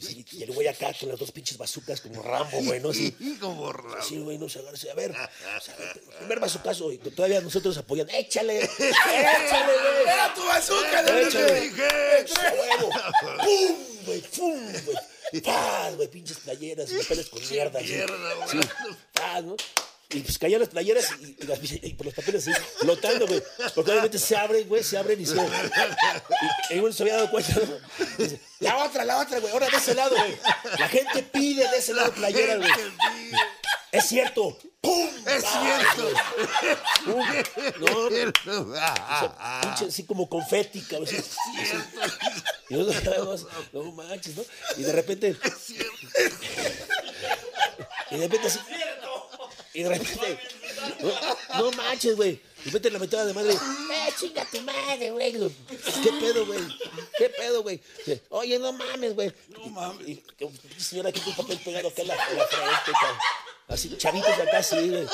Sí, y el güey acá con las dos pinches bazucas como Rambo, güey, ¿no? Sí, Y como Rambo. sí güey, no se agarra. A ver, o sea, el primer bazucazo, y todavía nosotros apoyando. ¡Échale! ¡Échale, güey! ¡Era tu bazooka! Échale, de échale. noche! Dije, ¡Échale, huevo! ¡Pum, güey! ¡Pum, güey! ¡Paz, güey! Pinches playeras, papeles con mierda. sí. mierda, güey. Sí, ¡Paz, no! Y pues caían las playeras y, y las- y por los papeles así, flotando, güey. Porque obviamente se abren, güey, se abren y se. Y el güey no se había dado cuenta. ¿no? Dice, La otra, la otra, güey, ahora de ese lado, güey. La gente pide de ese lado playeras, güey. Es cierto. ¡Pum! Es ¡Paz, cierto. güey! ¡Pum! No, Ah, ah, pinche, así como confeti, cabrón. Así, así. Y nosotros estábamos, no manches, ¿no? Y de repente. Y de repente así. Y de repente. No, no manches, güey. Y vete la metada de madre. ¡Eh, chinga tu madre, güey! ¿Qué pedo, güey? ¿Qué pedo, güey? Oye, no mames, güey. No mames. Y, y- y señora, aquí con papel pegado acá en la, en la frente, cabrón. Así, chavitos de acá, sí, güey.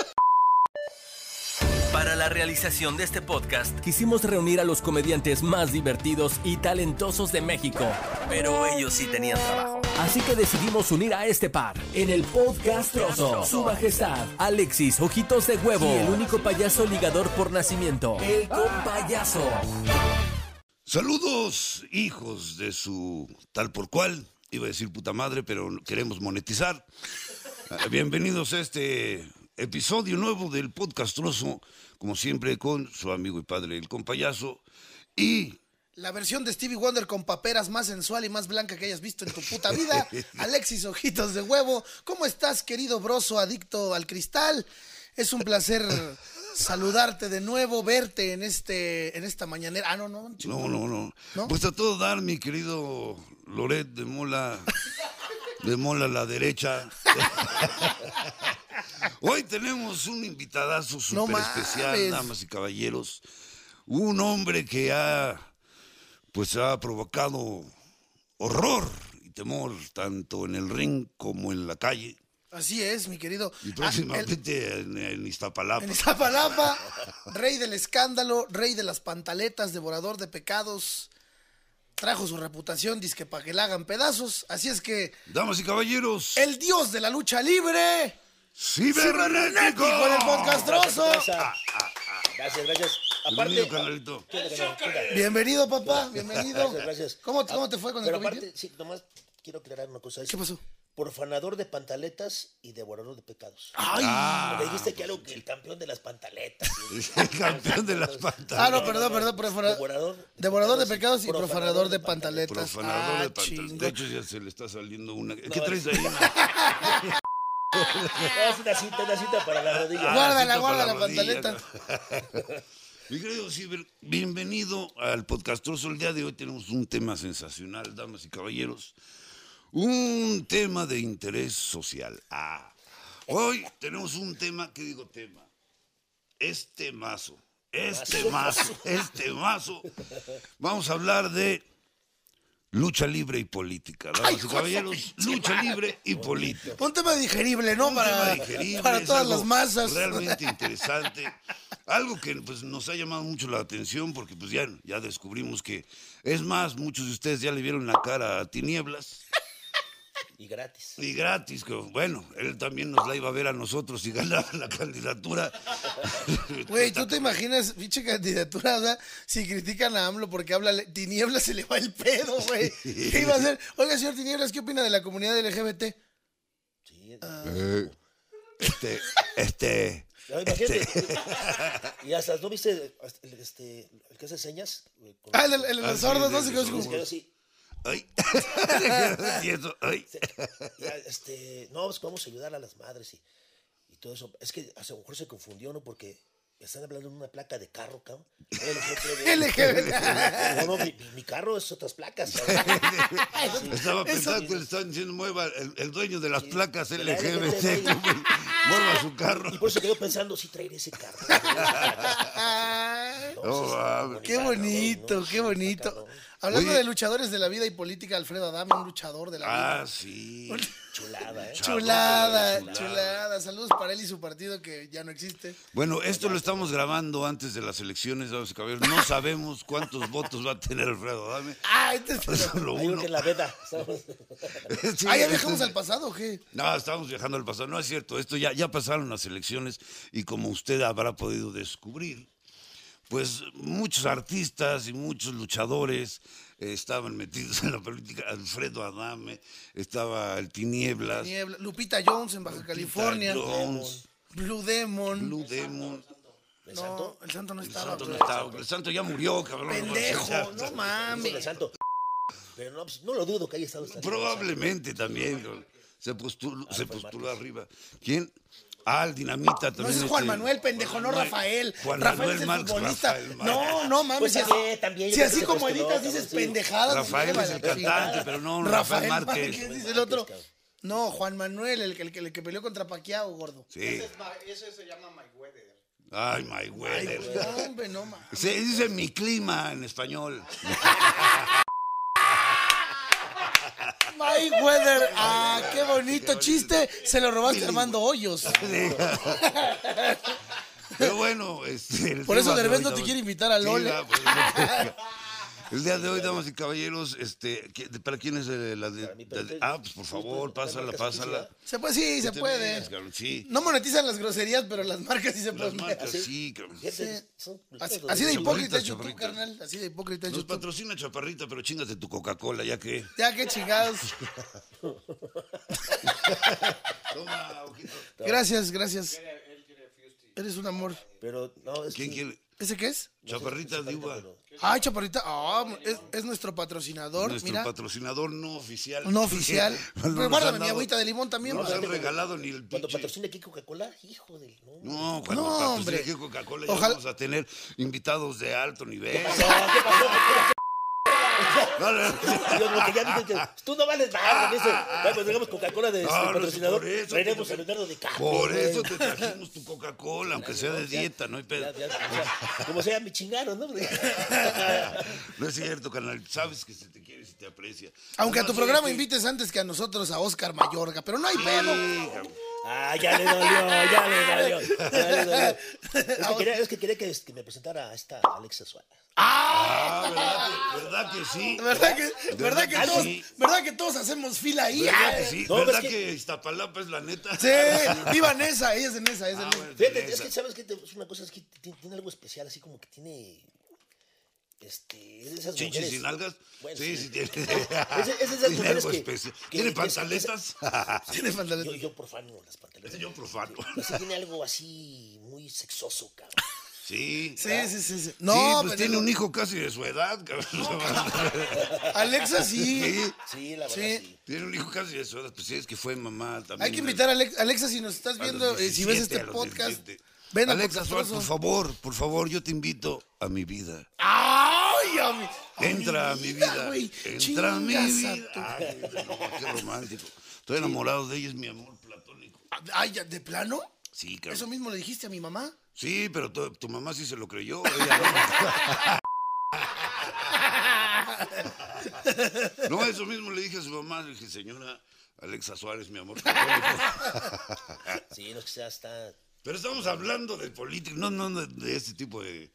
Para la realización de este podcast, quisimos reunir a los comediantes más divertidos y talentosos de México. Pero ellos sí tenían trabajo. Así que decidimos unir a este par en el podcast Trozo. Su majestad, Alexis Ojitos de Huevo. Y el único payaso ligador por nacimiento, el compayaso. Saludos, hijos de su tal por cual. Iba a decir puta madre, pero queremos monetizar. Ah, Bienvenidos a este episodio nuevo del podcast Trozo, como siempre con su amigo y padre, el compayazo. Y La versión de Stevie Wonder con paperas más sensual y más blanca que hayas visto en tu puta vida. Alexis Ojitos de Huevo. ¿Cómo estás, querido broso adicto al cristal? Es un placer saludarte de nuevo, verte en este en esta mañanera. Ah, no, no. ch- no, no, no, ¿No? Pues a todo dar, mi querido Loret de Mola, de Mola a la derecha. Hoy tenemos un invitadazo No súper especial, mames. damas y caballeros. Un hombre que ha, pues ha provocado horror y temor tanto en el ring como en la calle. Así es, mi querido. Y Ah, el- próximamente en, en Iztapalapa. En Iztapalapa, rey del escándalo, rey de las pantaletas, devorador de pecados. Trajo su reputación, disque para que la hagan pedazos. Así es que, Damas y caballeros, el dios de la lucha libre, cibernético. cibernético en el podcast trozo. Gracias, gracias. Bienvenido, Aparte. carnalito. Bienvenido, papá, bienvenido. Gracias, gracias. ¿Cómo, Ah, cómo te fue con el pero COVID? aparte, sí, nomás quiero aclarar una cosa. Es ¿Qué pasó? Profanador de pantaletas y devorador de pecados. Ay. Ah, Me dijiste que algo que el campeón de las pantaletas. el campeón de las Ah, pantallas. no, perdón, perdón, profana- Devorador de Devorador de pecados pecados y y profanador profanador de de pantaletas. Profanador ah, de pantallas. chingo. De hecho, ya se le está saliendo una. ¿Qué No, traes ahí? una- es una cita, una cita para la rodilla. Guárdala, Ah, Para guarda la la rodilla, pantaleta. Mi querido Ciber, bienvenido al podcastroso. El día de hoy tenemos un tema sensacional, damas y caballeros. Un tema de interés social. Ah, hoy tenemos un tema, ¿qué digo tema? Es temazo. Es temazo. Es temazo. Vamos a hablar de lucha libre y política. Damas y caballeros, lucha libre y política Un tema digerible, ¿no? tema Para, digerible, para es todas algo las masas. Realmente interesante. Algo que pues, nos ha llamado mucho la atención porque pues ya, ya descubrimos que, es más, muchos de ustedes ya le vieron la cara a Tinieblas Y gratis. y gratis, que bueno, él también nos la iba a ver a nosotros y ganaba la candidatura. Güey, ¿tú te imaginas, pinche candidatura, o sea, si critican a AMLO porque habla le- Tinieblas, se le va el pedo, güey? ¿Qué iba a hacer? Oiga, señor Tinieblas, ¿qué opina de la comunidad LGBT? Sí. Ah. Eh, este, este, No, imagínate. Y hasta, ¿no viste hasta el, este, el que hace señas? Eh, con- Ah, el, el, el Ah, sí, sordo, no de- sé de qué es Se como- quedó así. ay, Y eso, ay. Ya, este, no, pues vamos a ayudar a las madres y, y todo eso. Es que a lo mejor se confundió, ¿no? Porque están hablando de una placa de carro, cabrón. Era el ejemplo de- LGBT. No, no, mi, mi- mi carro es otras placas, cabrón. Estaba Eso- pensando que le estaban diciendo mueva el, el dueño de las placas de la LGBT, LGBT. como, mueva su carro. Y por eso quedó pensando si traer ese carro. No, Ah, pues, mames. bonita, qué cabrón, bonito, ¿no? qué Está bonito. cabrón. Hablando Oye. de luchadores de la vida y política, Alfredo Adame, un luchador de la vida. Ah, sí. Chulada, ¿eh? Chulada, chulada. Saludos para él y su partido que ya no existe. Bueno, esto lo estamos grabando antes de las elecciones, damas y caballeros. No sabemos cuántos votos va a tener Alfredo Dame. Ah, entonces- Lo Ahí uno. que en la veda. estamos- Sí, ah, ya este- viajamos al pasado, ¿o ¿qué? No, estamos viajando al pasado. No es cierto, esto ya, ya pasaron las elecciones y como usted habrá podido descubrir, pues muchos artistas y muchos luchadores eh, estaban metidos en la política. Alfredo Adame, estaba el Tinieblas, Niebla. Lupita Jones en Baja California. Pita Jones, Blue Demon. Blue Demon. ¿De No, santo? el santo no El estaba. santo, no güey. estaba, el santo ya murió, cabrón. Pendejo, no ¿De mames. santo? Pero no, pues, no lo dudo que haya estado. esta- Probablemente también. cabrón. Se postuló, se postuló arriba. ¿Quién? Ah, el Dinamita Ah, pues, No también. ese es Juan este- Manuel, pendejo, Juan no Manuel- Rafael. Juan Rafael es Manuel el Marx, futbolista. Rafael Marx. No, no mames. Pues si también, así- también, yo si creo así que como te cuestionó, editas, cabrón, dices sí. pendejadas. Rafael me es lleva el la chingada. cantante, pero no Rafael Rafael Márquez, Márquez. dice el otro. No, Juan Manuel, el que, el que, el que peleó contra Paquiao, gordo. Sí. Es ma- Ese se llama Mayweather. Ay, my No, weather. hombre, no mames. Se dice mi clima en español. My Weather. Ah, qué bonito chiste. Se lo robaste Armando Hoyos. Pero bueno, este, el Por eso tema de Derbez hoy, no te damas- quiere invitar al Sí, Ole. ya, pues, no. El día de hoy, damas y caballeros, este, ¿qué- ¿para quién es eh, la de, mí, la de- pero- Ah, pues por favor, pásala, pásala. Se puede, sí, se Te puede. digas, cabrón, Sí. No monetizan las groserías, pero las marcas sí se Las pueden. ver. marcas, sí, cabrón. Fíjate, Sí. son- Así, son- así de son- hipócrita Chaparritas, es YouTube, chaparritas. carnal. Así de hipócrita es Nos YouTube. patrocina Chaparrita, pero chingate tu Coca-Cola, ya que. Ya, qué chingados. Toma, ojito. Gracias, gracias. Eres un amor. Pero no, es ¿Quién que- quiere? ¿Ese qué es? Chaparrita de uva. Ay, chaparrita. Ah, es, es nuestro patrocinador. Nuestro Mira, patrocinador no oficial. no oficial. No nos Pero guárdame han mi dado- agüita de limón también. pues. No nos para- han regalado ni el Cuando pinche- patrocina aquí Coca-Cola, hijo de. No, No, cuando No, patrocine hombre. aquí Coca-Cola ya Ojalá- vamos a tener invitados de alto nivel. No, no, no. Yo como que ya dije que tú no vales nada, me dice. Ya cuando tengamos Coca-Cola de este No, no, patrocinador, por eso te- traeremos a Leonardo DiCaprio. Por eso güey. te trajimos tu Coca-Cola, aunque sea de dieta, no hay Ya, pedo. ya, ya. Como sea, me chingaron, ¿no? No es cierto, canal. Sabes que se te quiere y se te aprecia. Aunque a tu Además, programa fíjate- invites antes que a nosotros a Oscar Mayorga, pero no hay pedo. Sí, cabrón. Ah, ya le dolió, ya le dolió. Ya le dolió. Es que quería, es que, quería que, que me presentara a esta Alexa Suárez. Ah, ¿verdad que, verdad que sí? ¿Verdad que, verdad que, Ah, todos, sí. ¿verdad que todos hacemos fila ahí? ¿Verdad que sí? No, pero ¿Verdad es que- que Iztapalapa es la neta? Sí, viva Nesa, ella es de Nesa, ella es de Ah, Nesa. bueno, Fíjate, es Teresa. que sabes que es una cosa, es que tiene, tiene algo especial, así como que tiene. Este, es de esas ¿Chinches mujeres. y nalgas? Bueno, sí, sí, tiene. Es, es de esas tiene mujeres algo que- especial. que- ¿Tiene que- pantaletas? Tiene Yo, pantalones. yo profano las pantalones. Ese yo profano. Ese tiene algo así muy sexoso, cabrón. Sí. Sí, sí, sí, sí. No, No, pues pero- tiene un hijo casi de su edad, cabrón. Alexa sí. Sí, Sí, la verdad, Sí. sí. tiene un hijo casi de su edad. Pues sí, es que fue mamá también. Hay que invitar a Alex- Alexa si nos estás A los viendo, eh, si ves 17, este a los podcast. 17. Ven a Alexa Podcast Suárez, por Trozo. favor, por favor, yo te invito a mi vida. ¡Ay, a mi, a Entra a mi vida. güey. Entra a mi Chingas a vida. tu- Ay, no, qué romántico. Estoy enamorado de ella, es mi amor platónico. Ah, Ay, ya, ¿de plano? Sí, cabrón. ¿Eso mismo le dijiste a mi mamá? Sí, pero tu, tu mamá sí se lo creyó. ella no. No, eso mismo le dije a su mamá. Le dije, señora Alexa Suárez, mi amor. Sí, no es que sea hasta. Pero estamos hablando de política, no, no de, de este tipo de.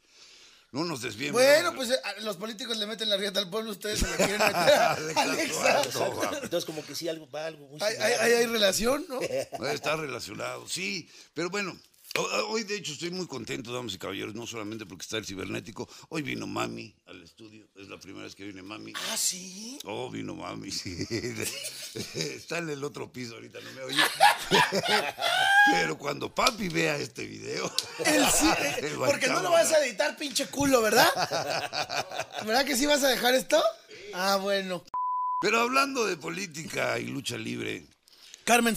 No nos desviemos. Bueno, ¿no? pues eh, a- los políticos le meten la riata al pueblo, ustedes se la quieren meter a Alexa Alexa. Suárez, Ah, no, va. Entonces, como que sí, algo, va algo muy. Hay, similar. hay- hay- hay relación, ¿no? Ah, Está relacionado, sí. Pero bueno, ho- hoy de hecho estoy muy contento, damas y caballeros, no solamente porque está el cibernético. Hoy vino Mami al estudio, es la primera vez que viene Mami. Ah, sí. Oh, vino Mami, sí. Está en el otro piso ahorita, no me oye. Pero cuando papi vea este video, El sí, eh, El porque no bancado, lo vas ¿verdad? a editar, pinche culo, ¿verdad? ¿Verdad que sí vas a dejar esto? Ah, bueno. Pero hablando de política y lucha libre, Carmen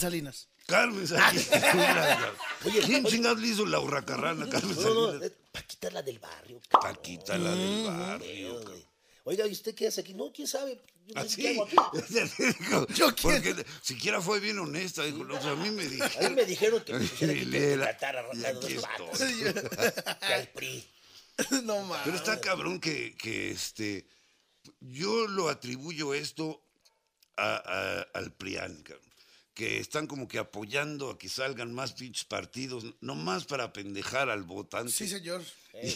Salinas. Carmen Salinas. Oye, ¿Quién oye. chingados le hizo la hurracarrana a Carmen No, no, Salinas? eh, Paquita la del barrio. Paquita, la Mm. del barrio. cabrón, güey. Oiga, ¿y usted qué hace aquí? No, quién sabe. Yo no sé qué Así. hago aquí. Yo quiero- Porque siquiera fue bien honesta, dijo. no, o sea, a mí me A mí dijeron. me dijeron que me pusiera aquí que Lilera, tratar y arrancado aquí de patos. estoy. Que al PRI. No Pero mames. está cabrón que, que este. Yo lo atribuyo esto a- a- al PRIAN, cabrón, que están como que apoyando a que salgan más pinches partidos, nomás para pendejar al votante. Sí, señor.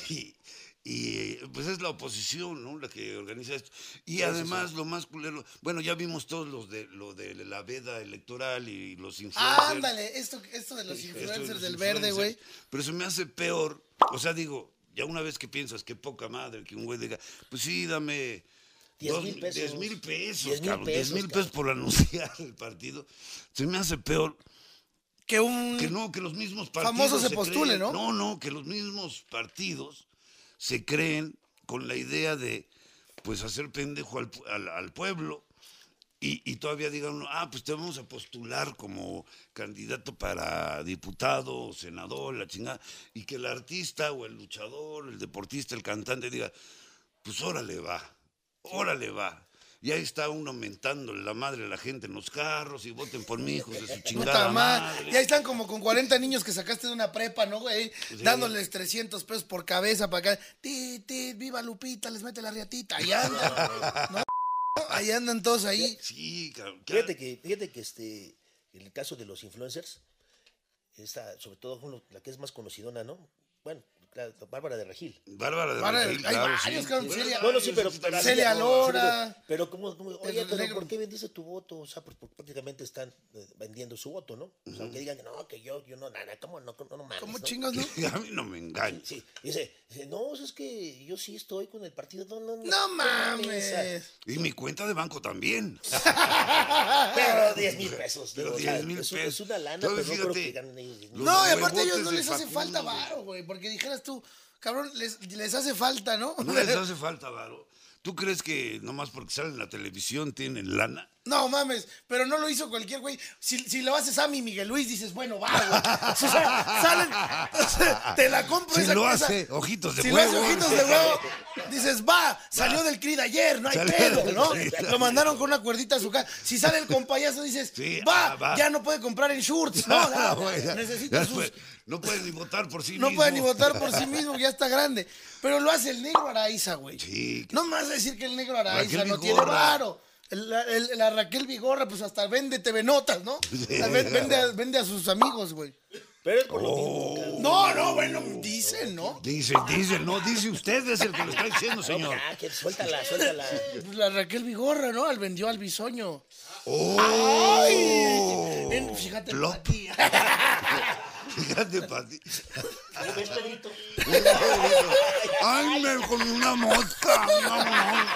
Y, y, eh, pues es la oposición, ¿no? La que organiza esto. Y además lo más culero, bueno, ya vimos todos los de lo de la veda electoral y los influencers. Ah, Ándale, esto, esto de los Esto de influencers los del verde, güey. influencers. Pero se me hace peor, o sea, digo, ya una vez que piensas que poca madre que un güey diga, pues sí, dame Diez dos- mil pesos. diez mil pesos, Diez mil cabrón, diez pesos, mil pesos por anunciar el partido. Se me hace peor Que un. que no, que los mismos partidos. Famosos se postulen, postulen, No, ¿no? no, que los mismos partidos se creen con la idea de, pues, hacer pendejo al, pu- al- al pueblo. Y, y todavía digan, ah, pues te vamos a postular como candidato para diputado, o senador, la chingada. Y que el artista o el luchador, el deportista, el cantante diga, pues órale va, órale va. Y ahí está uno aumentando la madre a la gente en los carros y voten por mí, hijos de su Puta chingada madre. madre. Y ahí están como con 40 niños que sacaste de una prepa, ¿no, güey? Dándoles 300 pesos por cabeza para acá. Tit, tit, viva Lupita, les mete la riatita. Ahí andan. ¿no? Ahí andan todos ahí. Sí, cabrón. que- Fíjate que, fíjate que este, en el caso de los influencers, esta, sobre todo uno- la que es más conocidona, ¿no? Bueno, la, la Bárbara de Regil. Bárbara de Bárbara- Regil, hay claro, varios, sí. cabrón, Bueno, Celia- No, no, sí, pero. también. Celia sí, Lora. pero- Pero, como, como, oye, El pero negro. ¿por qué vendiste tu voto? O sea, pues, porque prácticamente están eh, vendiendo su voto, ¿no? O sea, aunque digan, no, que yo, yo no, nada, ¿cómo no? ¿Cómo no mames, ¿Cómo no?" chingos, no? A mí no me engañes. Sí, dice, dice, no, o sea, es que yo sí estoy con el partido. No, no, no, No esa- mames. Y mi cuenta de banco también. Pero 10 mil pesos. Pero digo, o sea, 10 mil es, pesos. un- es una lana, Todavía pero no creo fíjate, que ganen ellos 10 mil. los No, y aparte a ellos huevotes no de les hace Facundo, falta güey. varo, güey. Porque dijeras tú, cabrón, les, les hace falta, ¿no? No les hace falta, Varo. ¿Tú crees que nomás porque salen en la televisión tienen lana? No mames, pero no lo hizo cualquier güey. Si, si lo haces a mi Miguel Luis, dices, bueno, va, güey. O sea, salen, o sea, te la compro Si esa lo esa- hace Ojitos de si Huevo. lo hace ojitos de huevo, dices, va, salió del CRID ayer, no hay Salió pedo, del ¿no? CRID. Lo mandaron con una cuerdita a su casa. Si sale el compayazo, dices, Sí, va, ah, va. ya no puede comprar en shorts, ¿no? Ah, güey, ya- Necesita ya sus, fue. No pueden ni votar por sí no mismo. puede ni votar por sí mismo, ya está grande. Pero lo hace el negro Araiza, güey. Sí. No más decir que el negro Araiza Raquel no tiene Vigorra. varo. El- la- el- la Raquel Vigorra, pues hasta vende TV Notas, ¿no? La ven- Vende, a- vende a sus amigos, güey. Pero es por lo mismo. Oh, No, no, bueno, dicen, ¿no? Dice, dice, no, dice usted es el que lo está diciendo, señor. Ah, que suéltala, suéltala. Pues La Raquel Vigorra, ¿no? Al vendió al bisoño. ¡Oh! Ven, fíjate, Plop. Pati. Fíjate, Pati. ¿Ves, Pedrito? ¡Ay, me comí una mosca! ¡Vámonos!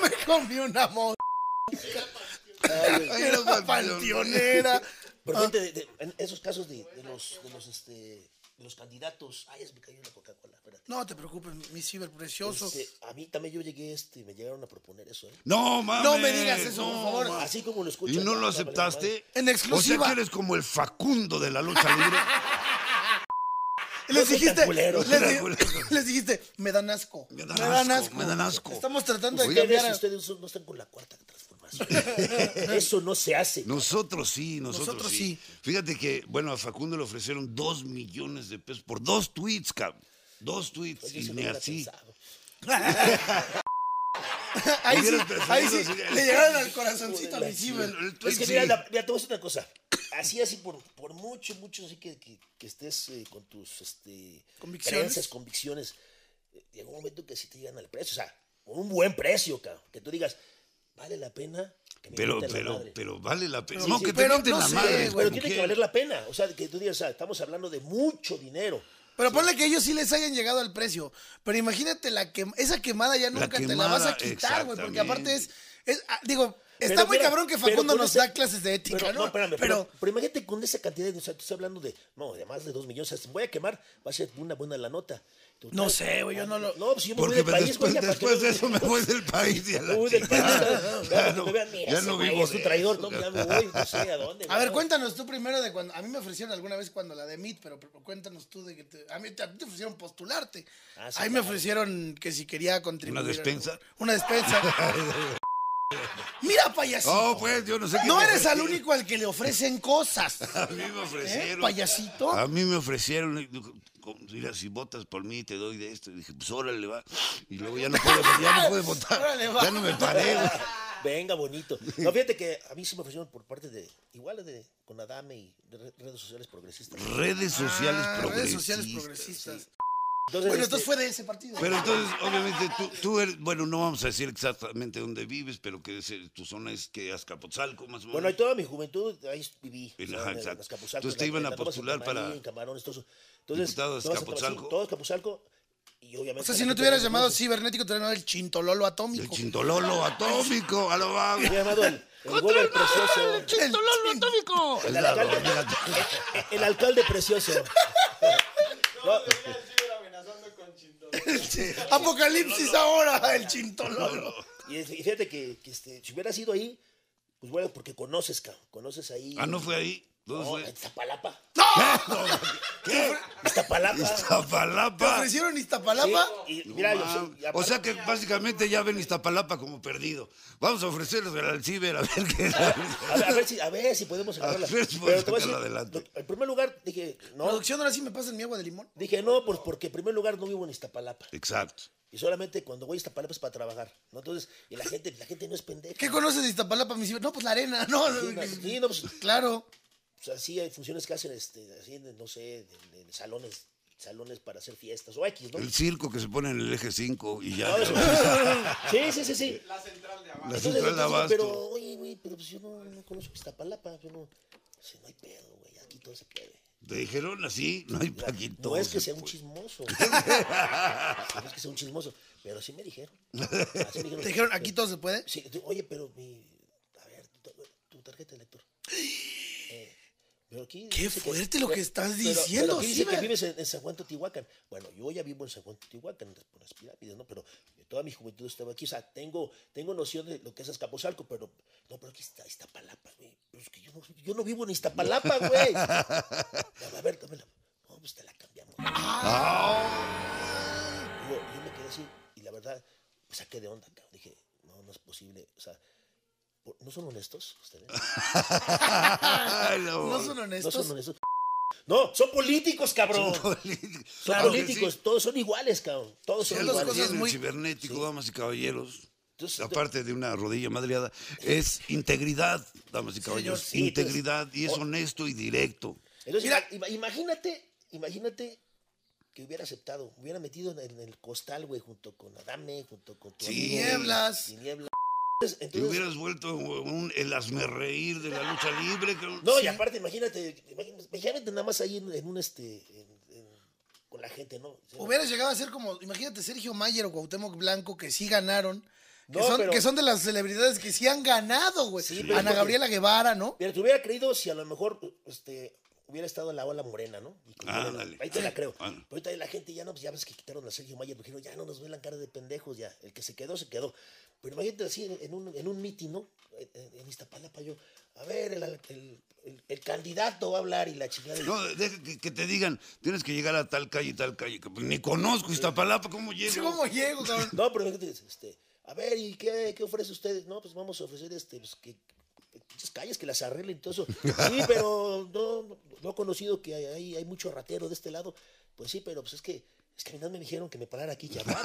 Me comí una mosca. Era Era panteonera. Pero fíjate, de- de- en esos casos de, de los, de los, este, de los candidatos. Ay, se me cayó una Coca-Cola, espérate. No te preocupes, mi- mi ciber precioso. Este, a mí también yo llegué este, me llegaron a proponer eso, ¿eh? No, mames. No me digas eso, por no, favor. mames. Así como lo escuchas. ¿Y ya, no lo ya valió aceptaste? En exclusiva. O sea que eres como el Facundo de la lucha libre. Les soy tan dijiste, culero. les, di- Tan culero. les dijiste, me dan asco. Me dan asco, me dan asco. Pues Estamos tratando madre. de Ustedes, cambiar. a- ustedes son- no están con la cuarta transformación. Eso no se hace. Nosotros sí, nosotros, Nosotros sí. Fíjate que, bueno, a Facundo le ofrecieron dos millones de pesos por dos tweets, cabrón. Dos tweets Oye, y eso no ni lo había así. pensado. Ahí sí, Hubieras preferido, ahí sí, sí. le llegaron al corazoncito a mi El- ciber. el tweet Pues Es que sí. mira, la- mira, te voy a decir una cosa. Así, así, por, por mucho, mucho, así que, que, que estés eh, con tus este, Convicciones. creencias, convicciones, eh, llega un momento que sí te llegan al precio, o sea, con un buen precio, cabrón, que tú digas, vale la pena que me Pero, mienten la pero, madre. pero vale la pena. Sí, no, sí, que te pero mienten no la sé, madre. es güey, Pero como tiene que- que valer la pena, o sea, que tú digas, o sea, estamos hablando de mucho dinero. Pero ponle que ellos sí les hayan llegado al precio. Pero imagínate, la que, esa quemada ya nunca te la vas quemada, a quitar, güey. Porque exactamente. aparte es. es- ah, digo, está Pero muy mira, cabrón que pero Facundo con nos ese- da clases de ética, pero, ¿no? No, espérame, pero. pero, pero imagínate con esa cantidad, de- o sea, tú estás hablando de, no, de más de dos millones, o sea, si voy a quemar, va a ser una buena la nota. Total, No sé, güey, yo no lo- No, pues yo me voy Porque del después, país, güey, ya, ¿para qué después no- de eso me voy del país y a la Uy, del país, chingada. claro, Ya claro, no, que vean, mira, ya ese no güey vivo Es un de traidor, eso, no, ya cabrón. me voy, no sé a dónde. A ver, ¿no? cuéntanos tú primero de cuando. A mí me ofrecieron alguna vez cuando la de Meet, pero, pero cuéntanos tú de que te, a, mí te, a ti te ofrecieron postularte. Ah, sí, a mí me claro. ofrecieron que si quería contribuir. ¿Una despensa? Una despensa. Mira, payasito. No, pues, yo no sé qué No me eres al ofrecieron. único al que le ofrecen cosas. A mí me ¿Eh, ofrecieron. Ah, payasito? A mí me ofrecieron. co- mira, si votas por mí, te doy de esto. Y dije, pues órale, va. Y luego ya no pude, ya no pude votar. Órale, va. Ya no me paré, güey. Venga, bonito. No, fíjate que a mí sí me ofrecieron por parte de, igual de con Adame y de re- redes sociales progresistas. Redes sociales Ah, progresistas. redes sociales progresistas. Entonces, este, Bueno, entonces fue de ese partido. Pero entonces, obviamente, tú, tú eres, bueno, no vamos a decir exactamente dónde vives, pero que es- eh, tu zona es que Azcapotzalco, más o menos. Bueno, y toda mi juventud ahí viví. En- o sea, ajá, en- en exacto. Azcapotzalco, Entonces en te la- iban en a la Comas postular Catamarca, para en Camarones, todo eso. Entonces, diputado de todas Azcapotzalco. Sí, todo Azcapotzalco. Y obviamente O sea, la si no gente te hubieras de- llamado cibernético, te hubieran llamado el chintololo el atómico. chintololo atómico, a lo vago. Me hubiera llamado el, el huevo el precioso. chintololo atómico! Es la doña. El alcalde precioso. amenazando con chinto. Apocalipsis ahora, el chintololo. Y, es- y fíjate que, que, este, si hubieras ido ahí, pues bueno, porque conoces, cabrón. Conoces ahí. Ah, no fue ahí. ¿Dónde No, en fue? Iztapalapa. ¿Qué? Iztapalapa. ¿Te Iztapalapa. ofrecieron Iztapalapa? Sí, y No mira, yo mames. soy- y o aparte- sea que básicamente ya ven Iztapalapa como perdido. Vamos a ofrecerles al ciber a ver qué A ver, a ver si, a ver si podemos agarrarla. ver si Pero podemos te voy a sacarla decir, adelante. lo- en primer lugar, dije, no. Producción, ahora sí me pasan mi agua de limón. Dije, no, pues porque en primer lugar no vivo en Iztapalapa. Exacto. Y solamente cuando voy a Iztapalapa es para trabajar. ¿no? Entonces, y la gente, la gente no es pendeja. ¿Qué conoces de Iztapalapa, mi ciber? No, pues la arena, no. Sí, no, sí, no, pues, Claro. pues, así hay funciones que hacen, este, así, en, no sé, en, en salones, salones para hacer fiestas o X, ¿no? El circo que se pone en el eje 5 y ya. No, eso- sí, sí, sí, sí. La central de abajo. La Entonces, central de entonces, abasto. pero, oye, güey, pero pues yo no, no conozco Iztapalapa, yo no, sí, no hay pedo, güey, aquí todo se puede. Te dijeron así, no hay pues. O sea, paquito. no es que sea un chismoso. no es que sea un chismoso, pero sí me dijeron. Así me Te dijeron, aquí todo se puede. Sí, tú- oye, pero mi. A ver, tu, ta- tu tarjeta de lector. Eh, pero aquí Qué dice fuerte lo que estás Pero diciendo, aquí dice que Ciber. vives en, en San Juan Teotihuacán. Bueno, yo ya vivo en San Juan Teotihuacán, por las pirámides, ¿no? Pero eh, toda mi juventud estaba aquí. O sea, tengo, tengo noción de lo que es Azcapotzalco, pero. No, pero aquí está Iztapalapa, güey. Pero es que yo no, yo no vivo en Iztapalapa, güey. Dame, A ver, dámela. No, pues te la cambiamos. Ah. Yo, yo me quedé así y la verdad me saqué de onda. cabrón. Dije, no, no es posible. O sea, por- ¿no son honestos ustedes? Ay, no. No son No honestos. son honestos. No, son políticos, cabrón. Son Claro que políticos, sí. todos son iguales, cabrón. Todos son Ya Son lo dos iguales. cosas tiene el muy- cibernético, damas y caballeros. Entonces, Aparte de una rodilla madreada, es integridad, damas y caballeros. señor, sí, integridad y es o- honesto y directo. Entonces, Mira. ima- imagínate, imagínate que hubiera aceptado, hubiera metido en, en el costal, güey, junto con Adame, junto con tu Sí. amigo, Nieblas. y Nieblas. Entonces, Te entonces- hubieras vuelto un, el reír de la lucha libre. cabrón. No, y aparte, imagínate, imagínate, imagínate nada más ahí en, en un este. en- en- con la gente, ¿no? O sea, Hubieras llegado a ser como, imagínate, Sergio Mayer o Cuauhtémoc Blanco, que sí ganaron. Que, No, son, pero- que son de las celebridades que sí han ganado, güey. Sí, pero- Ana Gabriela Guevara, ¿no? Pero te hubiera creído si a lo mejor este, hubiera estado en la ola morena, ¿no? Y que Ah, hubiera- ándale. Ahí te la creo. Ándale. Pero ahorita la gente ya no, pues ya ves que quitaron a Sergio Mayer, dijeron, ya no nos ven la cara de pendejos, ya. El que se quedó, se quedó. Pero imagínate así en, en un, en un meeting, ¿no? En, en- en Iztapalapa yo, a ver, el, el- el- el candidato va a hablar y la chingada. y- No, deja que, que te digan, tienes que llegar a tal calle y tal calle. que, pues, Ni conozco Iztapalapa, ¿cómo Sí, llego? ¿Cómo llego, cabrón? No, pero fíjate, este, a ver, ¿y qué, qué ofrece ustedes? No, pues vamos a ofrecer este, pues, que que pinches calles que las arreglen y todo eso. Sí, pero no, no he conocido que hay- hay, hay mucho ratero de este lado. Pues sí, pero pues es que, es que a mí no me dijeron que me parara aquí y hablar,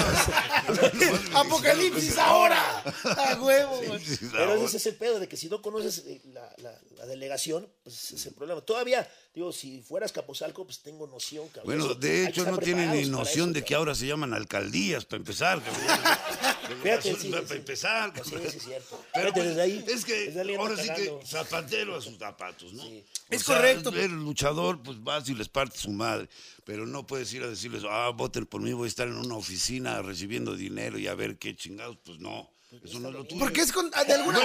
cabrón. ¡Apocalipsis ahora! ¡A huevo, güey! Pero ese es el pedo de que si no conoces eh, la, la- la delegación, pues ese es el problema. Todavía, digo, si fueras Capozalco, pues tengo noción, cabrón. Bueno, Eso, de hay que hecho estar no tienen ni preparados para noción eso, de que cabrón. ahora se llaman alcaldías, para empezar. cabrón. Fíjate, Delegaciones, sí, para sí, sí. empezar. Sí, cabrón. sí, es cierto. Pero Fíjate, pues, desde ahí- es que desde ahí andan ahora sí que cagando. zapatero a sus zapatos, ¿no? Sí. O Es sea, correcto. El luchador, pues vas y les parte su madre. Pero no puedes ir a decirles, ah, voten por mí, voy a estar en una oficina recibiendo dinero y a ver qué chingados. Pues no, eso no es lo tuyo. Porque es con, de alguna...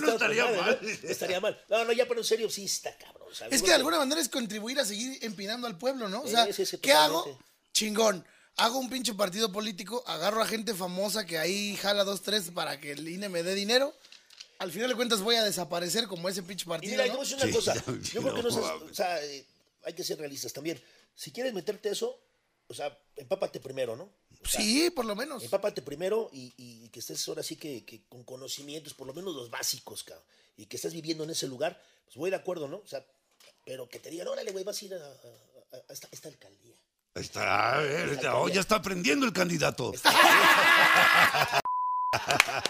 No estaría Madre, mal. pues ¿no? Estaría mal. No, no, ya, pero en serio, sí está cabrón. o sea, Es que de alguna manera es contribuir a seguir empinando al pueblo, ¿no? O Sí, sea, sí, sí, ¿qué hago? totalmente. Chingón. Hago un pinche partido político, agarro a gente famosa que ahí jala dos, tres para que el INE me dé dinero. Al final de cuentas voy a desaparecer como ese pinche Y partido, mira, yo ¿no? voy a decir una Sí, cosa. ya, Yo creo que no no, seas- mames. O sea, eh, hay que ser realistas también. Si quieres meterte eso, o sea, empápate primero, ¿no? O sea, Sí, por lo menos. Empápate primero y, y que estés ahora sí que, que con conocimientos, por lo menos los básicos, cabrón. Y que estés viviendo en ese lugar, pues voy de acuerdo, ¿no? O sea, pero que te digan, órale, güey, vas a ir a, a- esta, esta alcaldía. Está, a ver, está- oh, ya está aprendiendo el candidato.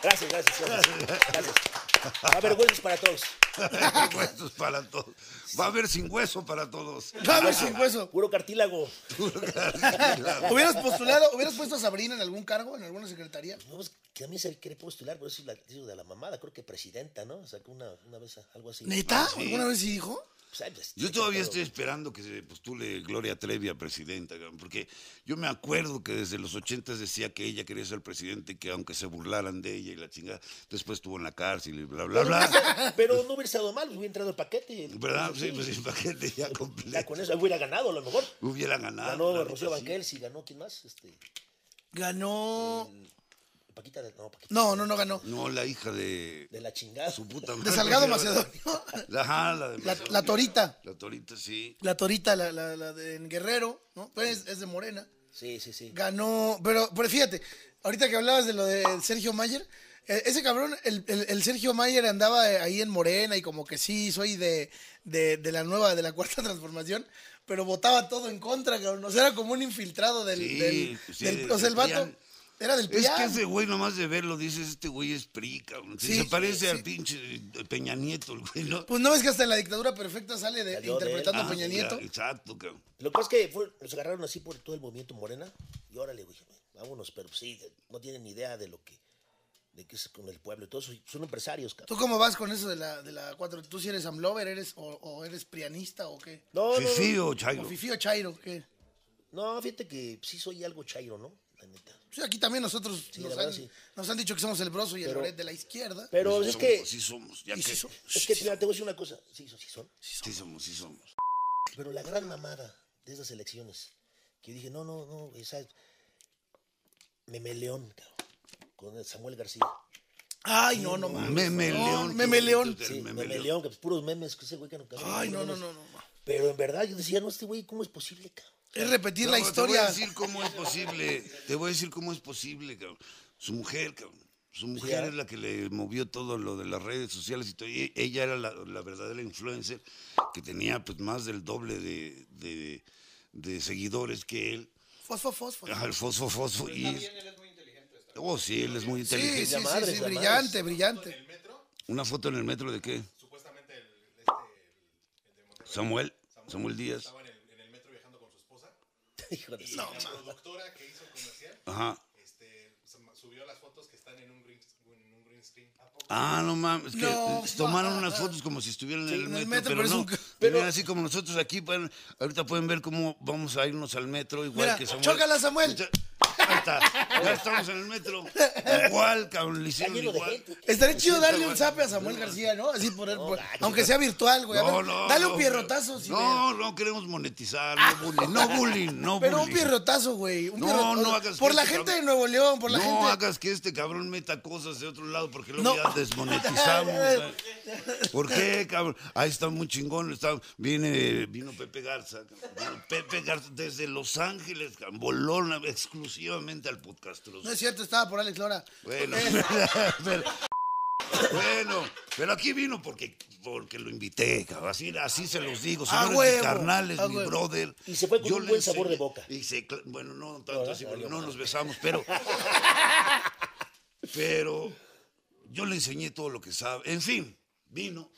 Gracias, gracias, gracias. gracias. A ver, huesos para todos. Huesos para todos. Va a haber sin hueso para todos. Va a haber sin hueso. Puro cartílago. ¿Hubieras postulado, hubieras puesto a Sabrina en algún cargo, en alguna secretaría? No, pues, que también se quiere postular, por eso es la, eso de la mamada, creo que presidenta, ¿no? Sacó una, una vez algo así. ¿Neta? sí. ¿Alguna vez sí dijo? Pues, ay, pues, Yo hay todavía todo. estoy esperando que se postule Gloria Trevi a presidenta, cabrón, porque yo me acuerdo que desde los 80 decía que ella quería ser presidente y que aunque se burlaran de ella y la chingada, después estuvo en la cárcel y bla, bla, bla. Pero no hubiera estado mal, pues, hubiera entrado el paquete. ¿Verdad? Sí, pues el paquete ya Ya completo. con eso hubiera ganado a lo mejor. Hubiera ganado. Ganó claro que Rocío Ah, sí. Banquels y ganó, ¿quién más? Este, Ganó. Paquita de... No, Paquita No, no, no ganó. No, la hija de de la chingada. su puta madre. De Salgado ¿verdad? Macedonio. Ajá, la de La, Macedonio. la Torita. La Torita, sí. La Torita, la, la, la de en Guerrero, ¿no? Pues es, es de Morena. Sí, sí, sí. Ganó. Pero, pero fíjate, ahorita que hablabas de lo de Sergio Mayer. eh, Ese cabrón, el, el- el Sergio Mayer andaba eh, ahí en Morena y como que sí, soy de, de, de la nueva, de la cuarta transformación, pero votaba todo en contra, cabrón. O sea, era como un infiltrado del... Sí, pues del- sí, del- o sea, del el vato PRIAN. era del Es que PRIAN. ese güey, nomás de verlo, dices, este güey es PRI, cabrón. Sí, Sí, se parece sí, al sí. pinche eh, Peña Nieto, el güey, ¿no? Pues no ves que hasta en la dictadura perfecta sale de, Salió de él. interpretando Ah, a Peña ya, Nieto. exacto, cabrón. Lo que pasa es que fue- nos agarraron así por todo el movimiento morena y órale, güey, vámonos, pero sí, de- no tienen ni idea de lo que, de qué es con el pueblo y todo eso. y Son empresarios, cabrón. ¿Tú cómo vas con eso de la, de la 4? ¿Tú si eres amlover eres, o, o eres prianista o qué? No, no, Fifí no, o ¿O Chairo. Fifi o Chairo? ¿Qué? no, fíjate que sí soy algo chairo, ¿no? La neta. Sí, aquí también nosotros Sí, nos, la verdad, han, sí. nos han dicho que somos el broso y el Pero- Loret de la izquierda. Pero Sí es somos, que, Sí somos, ya Y que... sí so- es que, mira, te voy a decir una cosa. Sí, son, sí son. Sí somos, sí somos. Pero la gran mamada de esas elecciones, que yo dije, no, no, no, güey, ¿sabes? Meme León, cabrón, con el Samuel García. Ay, no, no mames. Meme No, León. Meme León. Sí, Meme León, que pues, puros memes, que ese güey que no Ay, no, no, no, no. no. Pero en verdad yo decía, no, este güey, ¿cómo es posible, cabrón? Es repetir No, la Te voy historia. a decir cómo es posible. Te voy a decir cómo es posible, cabrón. Su mujer, cabrón. Su mujer ¿ah? es la que le movió todo lo de las redes sociales y todo. Y ella era la, la verdadera influencer que tenía pues más del doble de, de- de seguidores que él. Fosfo, fosfo. Ajá, El fosfo, fosfo. Y Él es muy inteligente. está. oh, sí, él es muy Sí, sí, inteligente. sí, madre, sí, la brillante, brillante. El metro, Una foto en el metro de qué? supuestamente el, este, el de Monterrey Samuel. Samuel Díaz. estaba en el, en el metro viajando con su esposa. Hijo de Y su- la productora que hizo el comercial Ajá. este, sum- subió las fotos que están en un green, en un green screen. ¿A poco? Ah, no mames, que No les tomaron mames. unas fotos como si estuvieran en el metro, pero, es no. un ca- Pero así como nosotros aquí, pueden- ahorita pueden ver cómo vamos a irnos al metro igual Mira, que Samuel. chócala, Samuel. Ahí está, ya estamos en el metro. Igual, cabrón, le Está hicieron lleno de igual. gente. Estaría chido darle un zape a Samuel García, ¿no? Así por él, por- aunque sea virtual, güey. A No, ver, no, dale no, un pierrotazo. si No, no queremos monetizar, no bullying, no bullying, no Pero un bullying. pierrotazo, güey. un No, pierrotazo. no hagas Por la eso, gente cabrón. de Nuevo León, por la no gente. hagas que este cabrón meta cosas de otro lado porque luego No. ya desmonetizamos. ¿eh? ¿Por qué, cabrón? Ahí está muy chingón. Está, viene, vino Pepe Garza. cabrón. Vino Pepe Garza desde Los Ángeles, cabrón, voló una- exclusivamente al podcast. No es cierto, estaba por Alex Lora. Bueno, pero, bueno, pero aquí vino porque, porque lo invité, cabrón. Así, así se los digo. Señores, mis huevo, carnales, a mi huevo. brother. Y se fue con un le buen sabor enseñé- de boca. y se cla- bueno, no tanto ¿verdad? así, Salió porque no mal. nos besamos, pero. pero yo le enseñé todo lo que sabe. En fin, vino.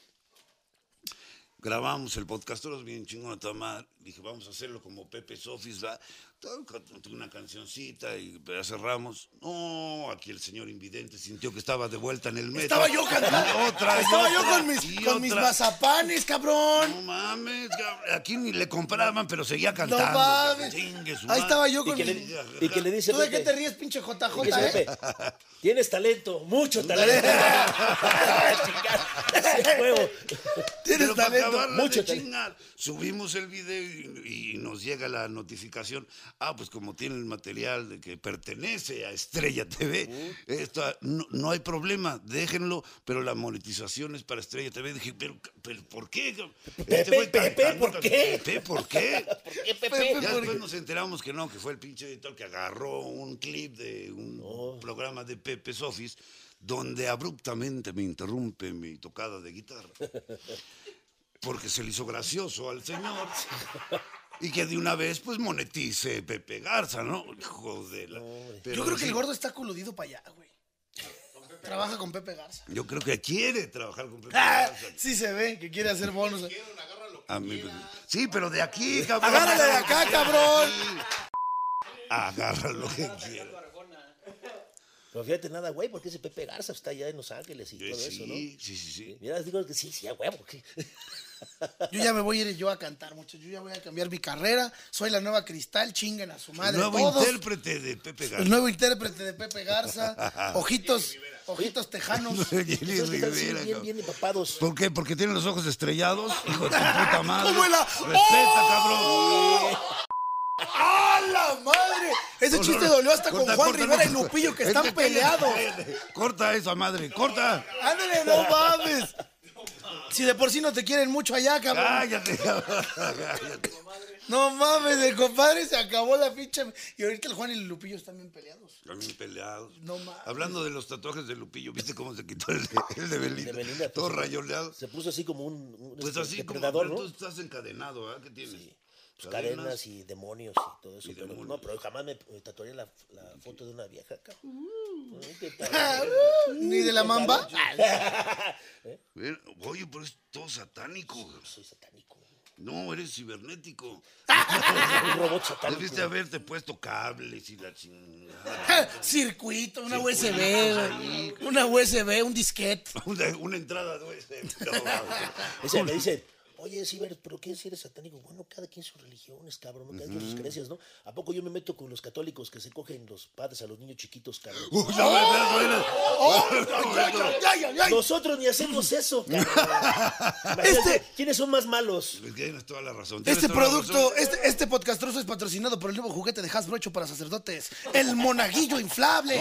Grabamos el podcast, todos bien chingón a toda madre. Dije, vamos a hacerlo como Pepe Sofis, va. Toca Una cancioncita y ya cerramos. No, aquí el señor invidente sintió que estaba de vuelta en el metro. Estaba yo cantando. Y otra, y Estaba yo otra, con mis, y con mis otra. mazapanes, cabrón. No mames, cabrón. aquí ni le compraban, pero seguía cantando. No mames. cabrón. Chingue su Ahí madre. estaba yo Y con que, le, mis. y que le dice ¿Tú de qué Pepe, te ríes, pinche JJ, y que dice eh? Pepe, Tienes talento, mucho talento. Ese huevo. Tienes Pero para talento. acabarla de mucho talento. chingar, subimos el video y, y nos llega la notificación. Ah, pues como tiene el material de que pertenece a Estrella TV, esta- ah, no, no hay problema, déjenlo, pero la monetización es para Estrella TV. Dije, pero, pero ¿por qué? Este Pepe, güey Pepe, cantando, ¿por qué? Pepe, ¿por qué? ¿Por qué, Pepe, Pepe? Ya ¿por después nos enteramos que no, que fue el pinche editor que agarró un clip de un programa de Pepe Sofis donde abruptamente me interrumpe mi tocada de guitarra. Porque se le hizo gracioso al señor. Y que de una vez, pues, monetice Pepe Garza, ¿no? Joder. Yo creo que el gordo está coludido para allá, güey. Trabaja con Pepe Garza. Yo creo que quiere trabajar con Pepe Ah, Garza. sí se ve que quiere hacer bonos. A mí, pues, sí, pero de aquí, cabrón. Agárrale de acá, cabrón. Agarra lo que quiera. Pero fíjate nada, güey, porque ese Pepe Garza está allá en Los Ángeles y Sí, todo eso, sí, ¿no? sí, sí. Mira, digo que sí, sí, a huevo. que- Yo ya me voy a ir yo a cantar, muchachos. Yo ya voy a cambiar mi carrera. Soy la nueva Cristal, chinguen a su madre. Nuevo todos. intérprete de Pepe El Garza. nuevo intérprete de Pepe Garza. Ojitos, ojitos tejanos. Jenny Esos que están así Rivera, bien, cabrón. Pues, bien empapados. ¿Por qué? Porque tiene los ojos estrellados. Hijo de tu puta madre. ¿Cómo era? Respeta, cabrón. ¡Oh! ¡A la madre! Ese chiste dolió hasta con Corta, Juan corta, Rivera y no. Este Lupillo que Es están cállate, peleados. cállate. Corta esa madre, corta. Ándale, no mames. Si de por sí no te quieren mucho allá, cabrón. Cállate, cabrón, cállate. No mames, el compadre se acabó la pinche. Y ahorita el Juan y el Lupillo están bien peleados. También peleados. No mames. Hablando de los tatuajes de Lupillo, ¿viste cómo se quitó el de, el de Belinda? De Belinda, pues, Todo sí. rayoleado. Se puso así como un, un Pues este, así como depredador, pero tú ¿no? estás encadenado, ¿verdad? ¿Qué tienes? Pues, cadenas y demonios y todo eso. Y pero, demonios. no, pero jamás me me tatuaría la, la foto de una vieja, cabrón. Ay, qué Ah, tal. uh, ¿Ni de la mamba? Ver, Oye, pero es todo satánico. güey. Soy satánico. No, eres cibernético. Un robot satánico. Debiste haberte puesto cables y la chingada. Ah, Circuito, una USB, güey. una USB, un disquete. Una, una entrada de USB. No, güey. O sea, me dicen, oye, Ciber, ¿pero qué si eres satánico? Bueno, cada quien sus religiones, cabrón, ¿no? cada quien sus creencias, ¿no? ¿A poco yo me meto con los católicos que se cogen los padres a los niños chiquitos, cabrón? Uy, ¡Oh! no, espera, espera. Ay, ay, ay. Nosotros ni hacemos eso, cabrón. Imagínate, ¿Quiénes son más malos? Pues tienes toda la razón. tienes Este toda la razón. producto, este, este podcastroso es patrocinado por el nuevo juguete de Hasbro hecho para sacerdotes, el monaguillo inflable.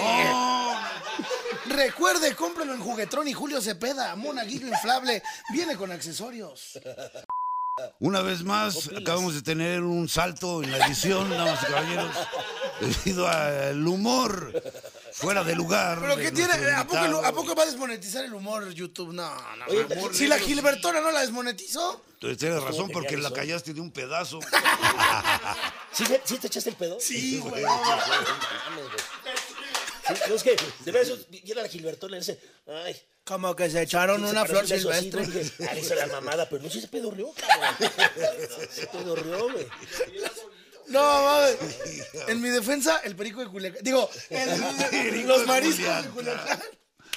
Recuerde, cómpralo en Juguetrón y Julio Cepeda, monaguillo inflable, viene con accesorios. Una vez más, acabamos de tener un salto en la edición, damas y caballeros, debido al humor fuera de lugar. Pero de qué tiene, nuestro ¿a poco, el- invitado. a poco va a desmonetizar el humor YouTube? No, no. Oye, no. Si la Gilbertona no la desmonetizó, Entonces tienes razón tenía porque la razón. callaste de un pedazo. ¿Sí, se- sí te echaste el pedo? sí, güey. Mames, güey. Sí, no, es que, de verdad, eso, viene la Gilbertona y dice, ay... Como que se echaron se una paró flor un beso así, silvestre. ¿no? Dije, "Ah, hizo la mamada, pero no sí se pedorreó, cabrón. Se pedorreó, güey. No, mames. En mi defensa, el perico de Culiacán. Digo, el- Perico los de mariscos de Culiacán. Culiacán.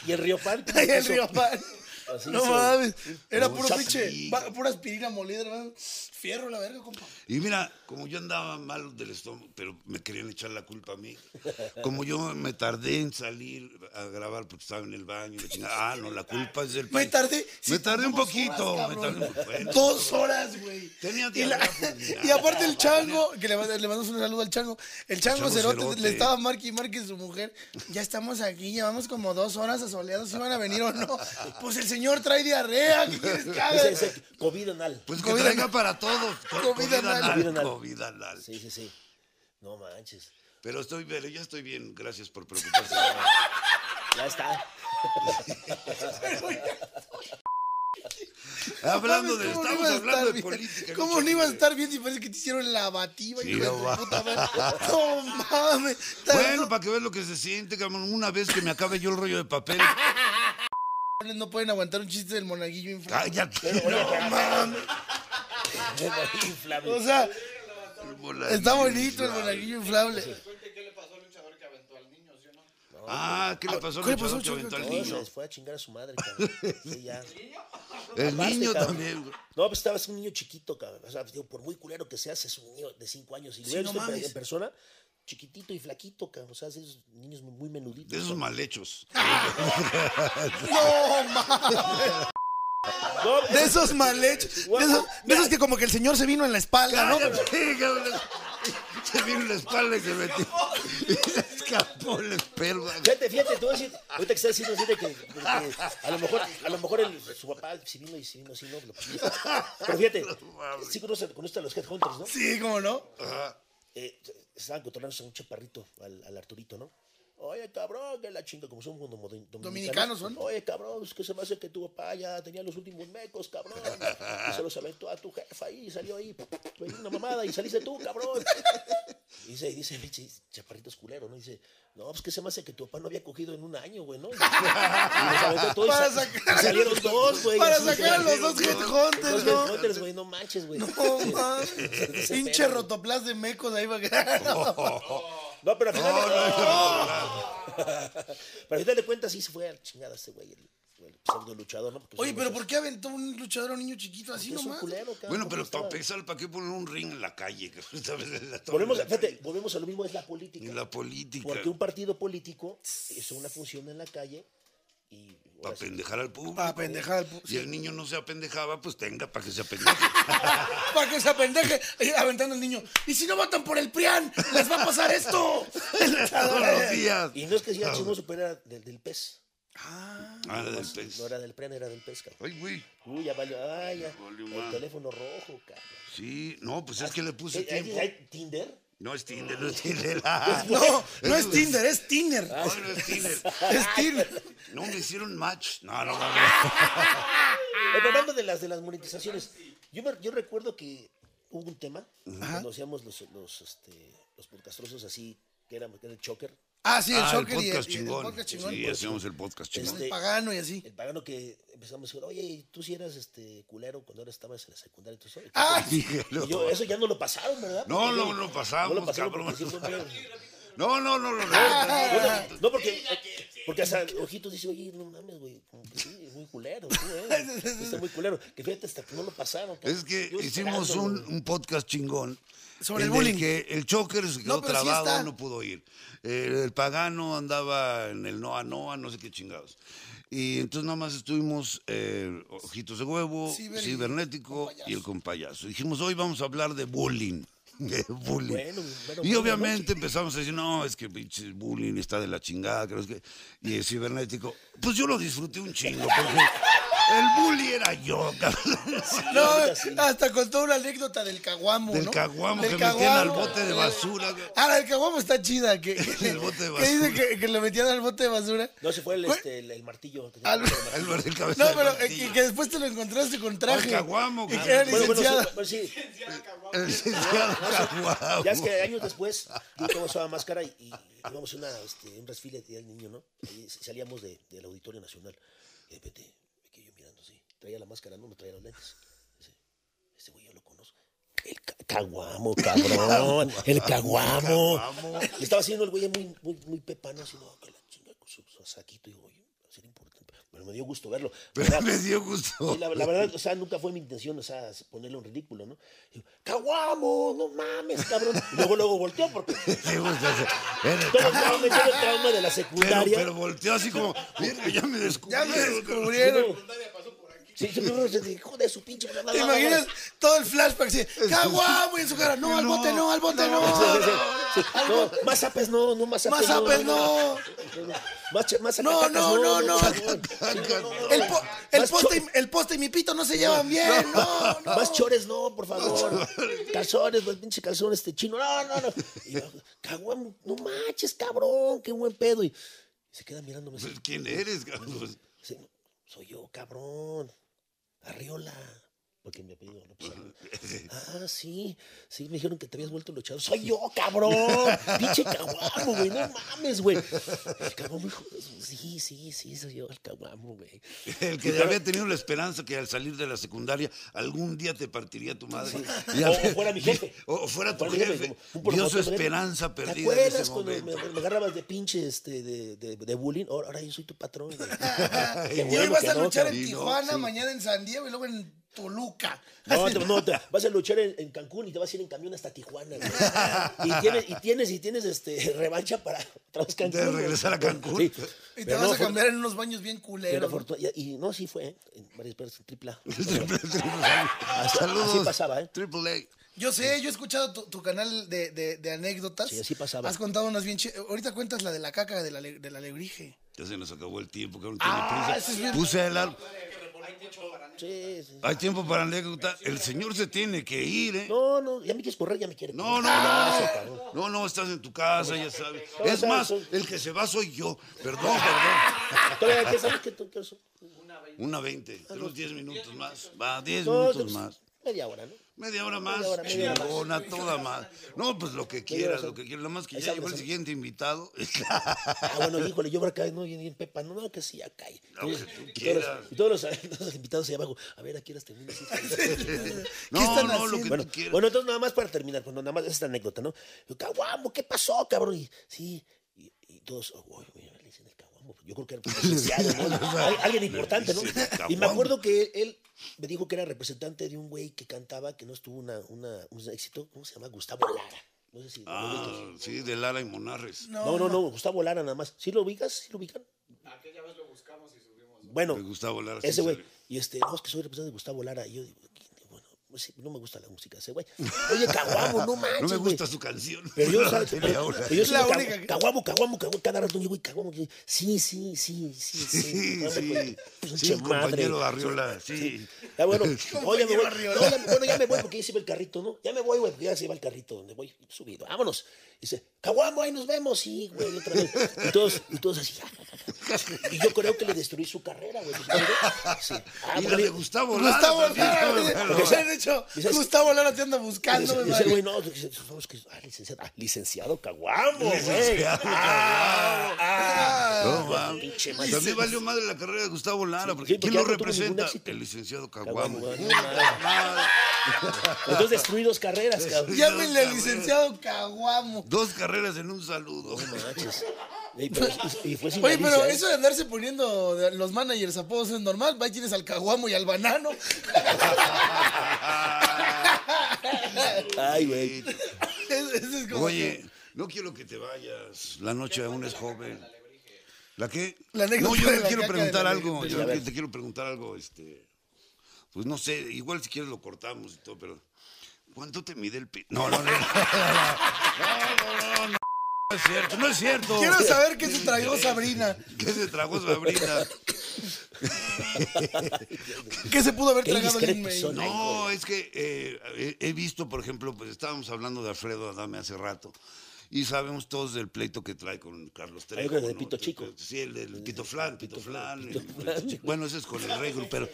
Y el Río Pan. Y el eso, río Pan. Así No se- mames. Era puro Mucha pinche. pica. va- Pura aspirina molida, hermano. Fierro la verga, compa. Y mira, como yo andaba mal del estómago, pero me querían echar la culpa a mí. Como yo me tardé en salir a grabar porque estaba en el baño. y la chingada. Ah, no, la culpa es del Me país. tardé. Me sí, tardé un dos poquito. horas, me cabrón. tardé un- bueno, Dos horas, güey. Tenía Y, la- diarrea fulminante. y aparte el chango, que le, mand- le mandamos un saludo al chango. El chango, chango cerote, cerote. le estaba marque y marque su mujer. Ya estamos aquí, llevamos como dos horas asoleados, si van a venir o no. Pues el señor trae diarrea, ¿qué quieres que haga? Ese, ese COVID anal. Pues que Comida traiga para todos. Co- Comida Comida anal. anal. Comida Comida anal. Sí, sí, sí. No manches. Pero estoy bien, ya estoy bien. Gracias por preocuparse. Ya está. hablando ¿Sabes de, cómo no estamos iba a hablando estar de bien? política. ¿Cómo mucho no iba a que- estar bien si parece que te hicieron la bativa? Sí, hijo de no tu va. puta madre? No mames. Bueno, para que veas lo que se siente, cabrón. Una vez que me acabe yo el rollo de papel. No pueden aguantar un chiste del monaguillo inflable. Cállate. no mames. Inflable. O sea, Monaguillo está bonito el inflable. monaguillo inflable. Ah, ¿qué le pasó ¿qué le al pasó al muchacho que aventó al chaval? No, niño? se les fue a chingar a su madre, cabrón. Sí, ya. El Aparte, niño cabrón. también. güey. No, pues estabas un niño chiquito, cabrón. O sea, digo, por muy culero que seas, es un niño de 5 años. Y lo Sí, he no visto en- mames. en persona, chiquitito y flaquito, cabrón. O sea, esos niños muy menuditos. De esos mal hechos. Ah, No mames. No, De esos mal hechos. De esos, de esos que como que el señor se vino en la espalda, ¿no? Cállate, cabrón. Se vino la espalda y se metió. Y se escapó el esperma. Fíjate, fíjate, tú decir, ahorita que estás diciendo así de que, de que a lo mejor, a lo mejor el, su papá, si vino y si vino, si no, lo Pero fíjate, sí conoces, conoces a los headhunters, ¿no? Sí, ¿cómo no? Eh, estaban controlando a un chaparrito, al, al Arturito, ¿no? Oye, cabrón, que la chinga, como somos domo- dominicanos. Dominicanos son. Oye, cabrón, es que se me hace que tu papá ya tenía los últimos mecos, cabrón. Y se los aventó a tu jefa ahí, salió ahí, le dio una mamada y saliste tú, cabrón. Y dice, dice, pinche chaparritos culeros, ¿no? Y dice, no, pues que se me hace que tu papá no había cogido en un año, güey, ¿no? Y los aventó todos y Para sa- sacar- y salieron dos, güey. Para así, sacar a los dos salieron Dos headhunters, ¿no? headhunters, güey, no manches, güey. No mames. Ese Pinche pedo. rotoplas de mecos ahí va a quedar. Oh, No, pero al final, No, de, no, pero al final de cuentas sí se fue al chingada este güey, el, el pseudo luchador, ¿no? Porque Oye, son pero muchos- ¿por qué aventó un luchador a pues. un niño chiquito así porque es un nomás? culero, cabrón, Bueno, ¿cómo pero está? para pesar, ¿para qué poner un ring en la calle? cabrón? ¿Sabes? En la- Volvemos, en la fíjate, calle. volvemos a lo mismo, es la política. En la política. Porque un partido político es una función en la calle y... ahora Para sí, pendejar al público. Para pendejar al pu- Si el niño no se apendejaba, pues tenga para que se apendeje. Para que se apendeje eh, aventando al niño. Y si no votan por el PRIAN, les va a pasar esto. Todos los días. Y no es que sea no supera del, del pez. Ah, del pez. No era del pren, era del pez, cabrón. Ay, güey. Uy, ya valió. Ay, ya. Valió El madre. teléfono rojo, cabrón. Sí, no, pues es que le puse Eh, ¿hay- tiempo. hay Tinder? No es Tinder, no es Tinder. No, no es Tinder, es Tiner. No, no es Tinder. Es Tiner. No me hicieron match. No, no mames. Oye, pero hablando de las, de las monetizaciones, yo, me- yo recuerdo que hubo un tema cuando hacíamos los, los, este, los podcastrosos así, que era, que era el choker, Ah, sí, el Ah, el Joker y el- podcast y el chingón. podcast chingón. Sí, hacíamos el podcast chingón. Este- El pagano y así. el pagano que empezamos a decir, oye, ¿y tú si eras este culero cuando ahora estabas en la secundaria. y tú eso?" Ah, Y yo, eso ya no lo pasaron, ¿verdad? No, Porque no yo- lo pasamos, No lo pasaron cabrón. porque sí fue medio- No, no, no, no. no. Bueno, no, porque, porque hasta Ojitos dice, oye, no mames, güey, como que sí, es muy culero, tú, ¿eh? Está muy culero. Que fíjate, hasta que no lo pasaron. cabrón. Es que Yo hicimos esperando, un, güey. un podcast chingón. Sobre en el bullying. que el choker se quedó No, pero sí trabado, está. no pudo ir. Eh, el pagano andaba en el Noa Noa, no sé qué chingados. Y entonces nada más estuvimos eh, Ojitos de Huevo, Ciber y- Cibernético y el compayazo. Dijimos, hoy vamos a hablar de bullying. De bullying. Bueno, bueno, y bueno, obviamente empezamos a decir, no, es que pinche bullying está de la chingada, creo que. Y el cibernético, pues yo lo disfruté un chingo, porque el bully era yo, cabrón. no, hasta contó una anécdota del caguamo, Del ¿no? caguamo Del que metían al caguamo. bote de basura. güey. Ah, el caguamo está chida. Que, que- El bote de que dice basura. que, que lo metían al bote de basura. No, se fue el, Güey. este, el, el martillo. que tenía Al- el martillo. El bar del cabeza No, de pero eh, martillo. que, que después te lo encontraste con traje. Al caguamo, Y cabrón. que era Bueno, bueno, sí, licenciada. bueno, sí. El licenciado Caguamo. Ah, Ya es que años después, yo todo usaba máscara y, y íbamos a una, este, un desfile del niño, ¿no? Ahí s- salíamos de- del Auditorio Nacional. Y de repente, me quedé yo mirando así. Traía la máscara, no me traía los lentes. Dice, este güey yo lo conozco. El ca- caguamo, cabrón. el caguamo. Caguamo. Le estaba haciendo el güey muy, muy, muy pepano, así, no, que la chinga con su, su saquito. Y digo, oye, va a ser importante. Pero me dio gusto verlo. Pero me dio gusto. Sí, la, la verdad, o sea, nunca fue mi intención, o sea, ponerlo en ridículo, ¿no? Digo, ¡Caguamo! ¡No mames, cabrón! Y luego, luego volteó porque Sí, güey, era todo el Caguamo. trauma, yo el trauma de la Pero, secundaria. pero volteó así como, mira, ya me Ya descubrieron. me cabrón. descubrieron. Sí, yo primero se dije, hijo de su pinche... bla, bla, ¿Te bla, bla, imaginas todo el flashback? Sí, caguamo y en su cara. No, al No, bote no, al bote no. bla". Sí, sí, sí. No, más apes no, no más apes Más apes no. Más, ch- más No, acatacas, no, no, no. Sí, no. El, po- el Más poste cho- y, el poste y mi pito no se llevan bien. No, no. Más chores no, por favor. Calzones, los pinche calzones este chino. No, no, no. Y yo, caguamo, no manches, cabrón, qué buen pedo. Y se queda mirándome así. Pues, ¿Quién eres, cabrón? Sí, no, soy yo, cabrón. Arriola. Porque mi apellido López Arriola. Ah, sí. Sí, me dijeron que te habías vuelto luchador. Soy yo, cabrón. Pinche caguamo, güey. No mames, güey. El caguamo, hijo. de su- Sí, sí, sí, soy yo, el caguamo, güey. El que había tenido la esperanza que al salir de la secundaria algún día te partiría tu madre. Y O, al- o fuera mi jefe. O, o fuera tu Fuera mi jefe. como un Dio su promotor, esperanza ¿Te perdida en acuerdas ese cuando me, momento. me agarrabas de pinche este, de, de, de bullying? Ahora ahora yo soy tu patrón, güey. Y Qué hoy bueno vas que a no, luchar en cabrón. Tijuana, mañana en San Diego y luego en Toluca. No, te- no, te- vas a luchar en, en Cancún y te vas a ir en camión hasta Tijuana, güey. Y tienes, y tienes, y tienes este, revancha para otra vez Cancún. De güey. regresar a Cancún. Sí. Y te Pero vas no, a fue- cambiar en unos baños bien pero culeros. fortu- y, y no, sí fue, ¿eh? en varias veces, en triple A. así Saludos. pasaba, ¿eh? Triple A. Yo sé, yo he escuchado tu, tu canal de, de- de anécdotas. Sí, así pasaba. Has contado unas bien chi- Ahorita cuentas la de la caca de la, le- de la lebrige. Ya se nos acabó el tiempo, cabrón. Ah, tiene prisa. ese es bien- Puse el ar- Sí, sí. Hay tiempo para anécdota. El señor se tiene que ir, ¿eh? No, no, ya me quieres correr, ya me quieres No, correr. no, Ah, no. cabrón. No, no, estás en tu casa, ya sabes. No, Es no, más, soy- el que se va soy yo. Perdón, perdón. Todavía, ¿qué sabes que tú qué son? Una veinte. Tenemos diez minutos más. Va, diez No, minutos pues, más. Media hora, ¿no? Media hora más, hora, media hora. chingona, toda más. No, pues lo que quieras, lo que quieras. Nada más que Ahí ¿eh? ya sale, llegó el sale. siguiente invitado. Ah, bueno, híjole, yo por acá, no, bien, bien, Pepa, no, no, que sí, acá. Y, No, que tú y todos, quieras. los, y todos los- todos los invitados ahí abajo, a ver, ¿a qué horas terminas? No, están no, lo haciendo? que Bueno, tú quieras. bueno, entonces nada más para terminar, cuando nada más esta anécdota, ¿no? Yo, caguamo, ¿qué pasó, cabrón? Y, sí, y, y todos, oh, güey, güey, le dicen el caguamo. Yo creo que era un licenciado, ¿no? Al- alguien importante, ¿no? Le dicen el Y me Caguamo. acuerdo que él me dijo que era representante de un güey que cantaba, que no estuvo una, una, un éxito, ¿cómo se llama? Gustavo Lara. No sé si. lo ubicas. Ah, sí, de Lara y Monarres. No, no, no, Gustavo Lara nada más. ¿Sí lo ubicas? ¿Sí lo ubican? Ah, Aquella vez De lo buscamos y subimos. Bueno, Gustavo Lara. sí ese güey. sale. Y este, no, es que soy representante de Gustavo Lara. Y yo digo, "¿Quién? bueno, pues sí, no me gusta la música de ese güey. Oye, Caguamo, no manches. No me güey. gusta su canción. Pero yo, ¿sabes? Media Pero, hora. pero yo soy La de Cagu- única que- Caguamo, Caguamo, Caguamo, cada rato yo, güey, Caguamo. yo, Sí, sí, sí, sí, sí. Sí, No, sí. güey, pinche Sí, madre. compañero Arriola, sí. Ya, bueno, oye, me Compañero voy. Arriola. No, ya- bueno, ya me voy porque ya se iba el carrito, ¿no? Ya me voy, güey, porque ya se iba el carrito donde voy subido. Vámonos. Dice, Caguamo, ahí nos vemos. Sí, güey, otra vez. Y todos, y todos así. "Ah, ja, ja, ja. Y yo creo que le destruí su carrera, güey. Sí. Ah, Y la porque- de Gustavo Lara. Gustavo también, Lara, cabrón. porque se han hecho, Dices- Gustavo Lara te anda buscando, Dice, me dice, vale. güey, no, dice, somos que- ah, licenciado, ah, licenciado Caguamo, güey. Licenciado Ah, ah, No, va. pinche madre. También valió madre la carrera de Gustavo Lara. Sí, porque sí, porque ¿Quién lo ya no tuvo ningún representa? éxito. El licenciado Caguamo. Caguamo, Puta madre. Entonces destruí dos carreras, cabrón. Llámenle al Cabrera. licenciado Caguamo. Dos carreras en un saludo. Manches. Y, pero- y fue sin Oye, malicia, pero ¿eh? eso de andarse poniendo de- los managers apodos es normal. Va y tienes al Caguamo y al Banano. Ay, güey. Eso- eso es como- Oye, no quiero que te vayas. La noche aún es joven. ¿La qué? La anécdota no, yo de te la quiero caca preguntar de la algo. alegría. Yo A ver. que te quiero preguntar algo, este. Pues no sé, igual si quieres lo cortamos y todo, pero. ¿Cuánto te mide el pi? No, no, no. No, no, no, no, no es cierto, no es cierto. Quiero saber qué se tragó Sabrina. ¿Qué se tragó Sabrina? ¿Qué se pudo haber Qué tragado el indiscretos Inmate? son. No, es que eh, he he visto, por ejemplo, pues estábamos hablando de Alfredo Adame hace rato. Y sabemos todos del pleito que trae con Carlos Trejo. con el de ¿no? Pito Chico. Sí, el del Pito Flan, Eh, Pito Flan. el Pito Chico. Bueno, ese es con el rey grupero.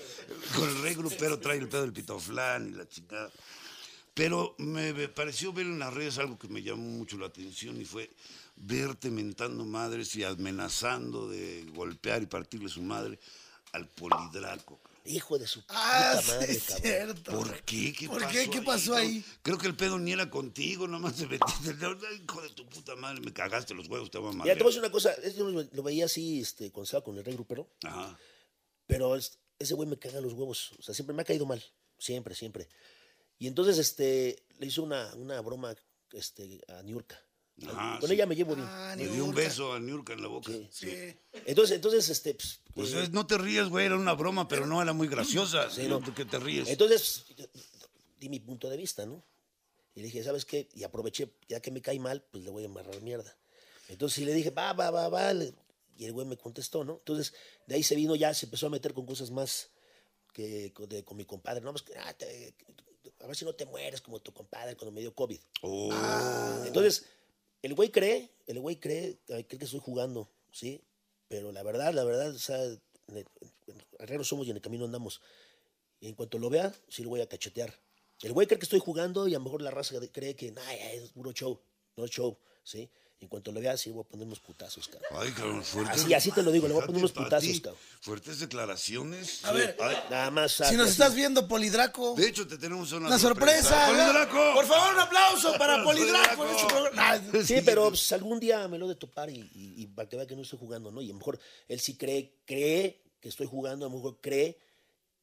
Con el rey grupero trae el pedo del Pito Flan y la chingada. Pero me me pareció ver en las redes algo que me llamó mucho la atención y fue verte mentando madres y amenazando de golpear y partirle su madre al polidraco. cabrón. Hijo de su Ah, puta sí, madre, es cabrón. cierto. ¿Por qué? ¿Qué ¿Por pasó qué? ¿Qué pasó ahí? Creo- Creo que el pedo ni era contigo, nomás te metiste. el dedo. Ay, Hijo de tu puta madre, me cagaste los huevos, te voy a Mira, madrear. te voy a decir una cosa. eso lo, lo veía así este, cuando estaba con el rey grupero. Ajá. Pero es- ese güey me caga los huevos. O sea, siempre me ha caído mal. Siempre, siempre. Y entonces este, le hizo una, una broma este, a Niurka. Ajá, con sí. ella me llevo bien. Ah, Le ni di un Urca. beso a Niurka en la boca. Sí. Entonces, entonces, este, pues, Pues eh, es- no te rías, güey, era una broma, pero no era muy graciosa. no. ¿De qué te ríes? Entonces, pues, di mi punto de vista, ¿no? Y le dije, ¿sabes qué? Y aproveché, ya que me cae mal, pues le voy a amarrar mierda. Entonces, y le dije, va, va, va, va. le- Y el güey me contestó, ¿no? Entonces, de ahí se vino ya, se empezó a meter con cosas más que con, de- con mi compadre. No, pues, que, ah, te- a ver si no te mueres como tu compadre cuando me dio COVID. Oh, Entonces, el güey cree, el güey cree, ay, cree que estoy jugando, ¿sí? Pero la verdad, la verdad, o sea, en el- en- herreros somos y en el camino andamos. Y en cuanto lo vea, sí lo voy a cachetear. El güey cree que estoy jugando y a lo mejor la raza de- cree que "Nah, ya es puro show, no es show, ¿sí? Y en cuanto lo vea, sí voy a poner unos putazos, cabrón. Ay, cabrón, fuerte. Así- así te lo digo, le voy a poner unos putazos, cabrón. Fuertes declaraciones. A ver, Ay, Nada más. Si hazle nos así. estás viendo, Polidraco. de hecho, te tenemos una, Una sorpresa. ¡Polidraco! Por favor, un aplauso para Polidraco. Polidraco. en este programa. Nah, Sí, pero pues, algún día me lo he de topar y, y- y para que vea que no estoy jugando, ¿no? Y a lo mejor él sí cree, cree que estoy jugando, a lo mejor cree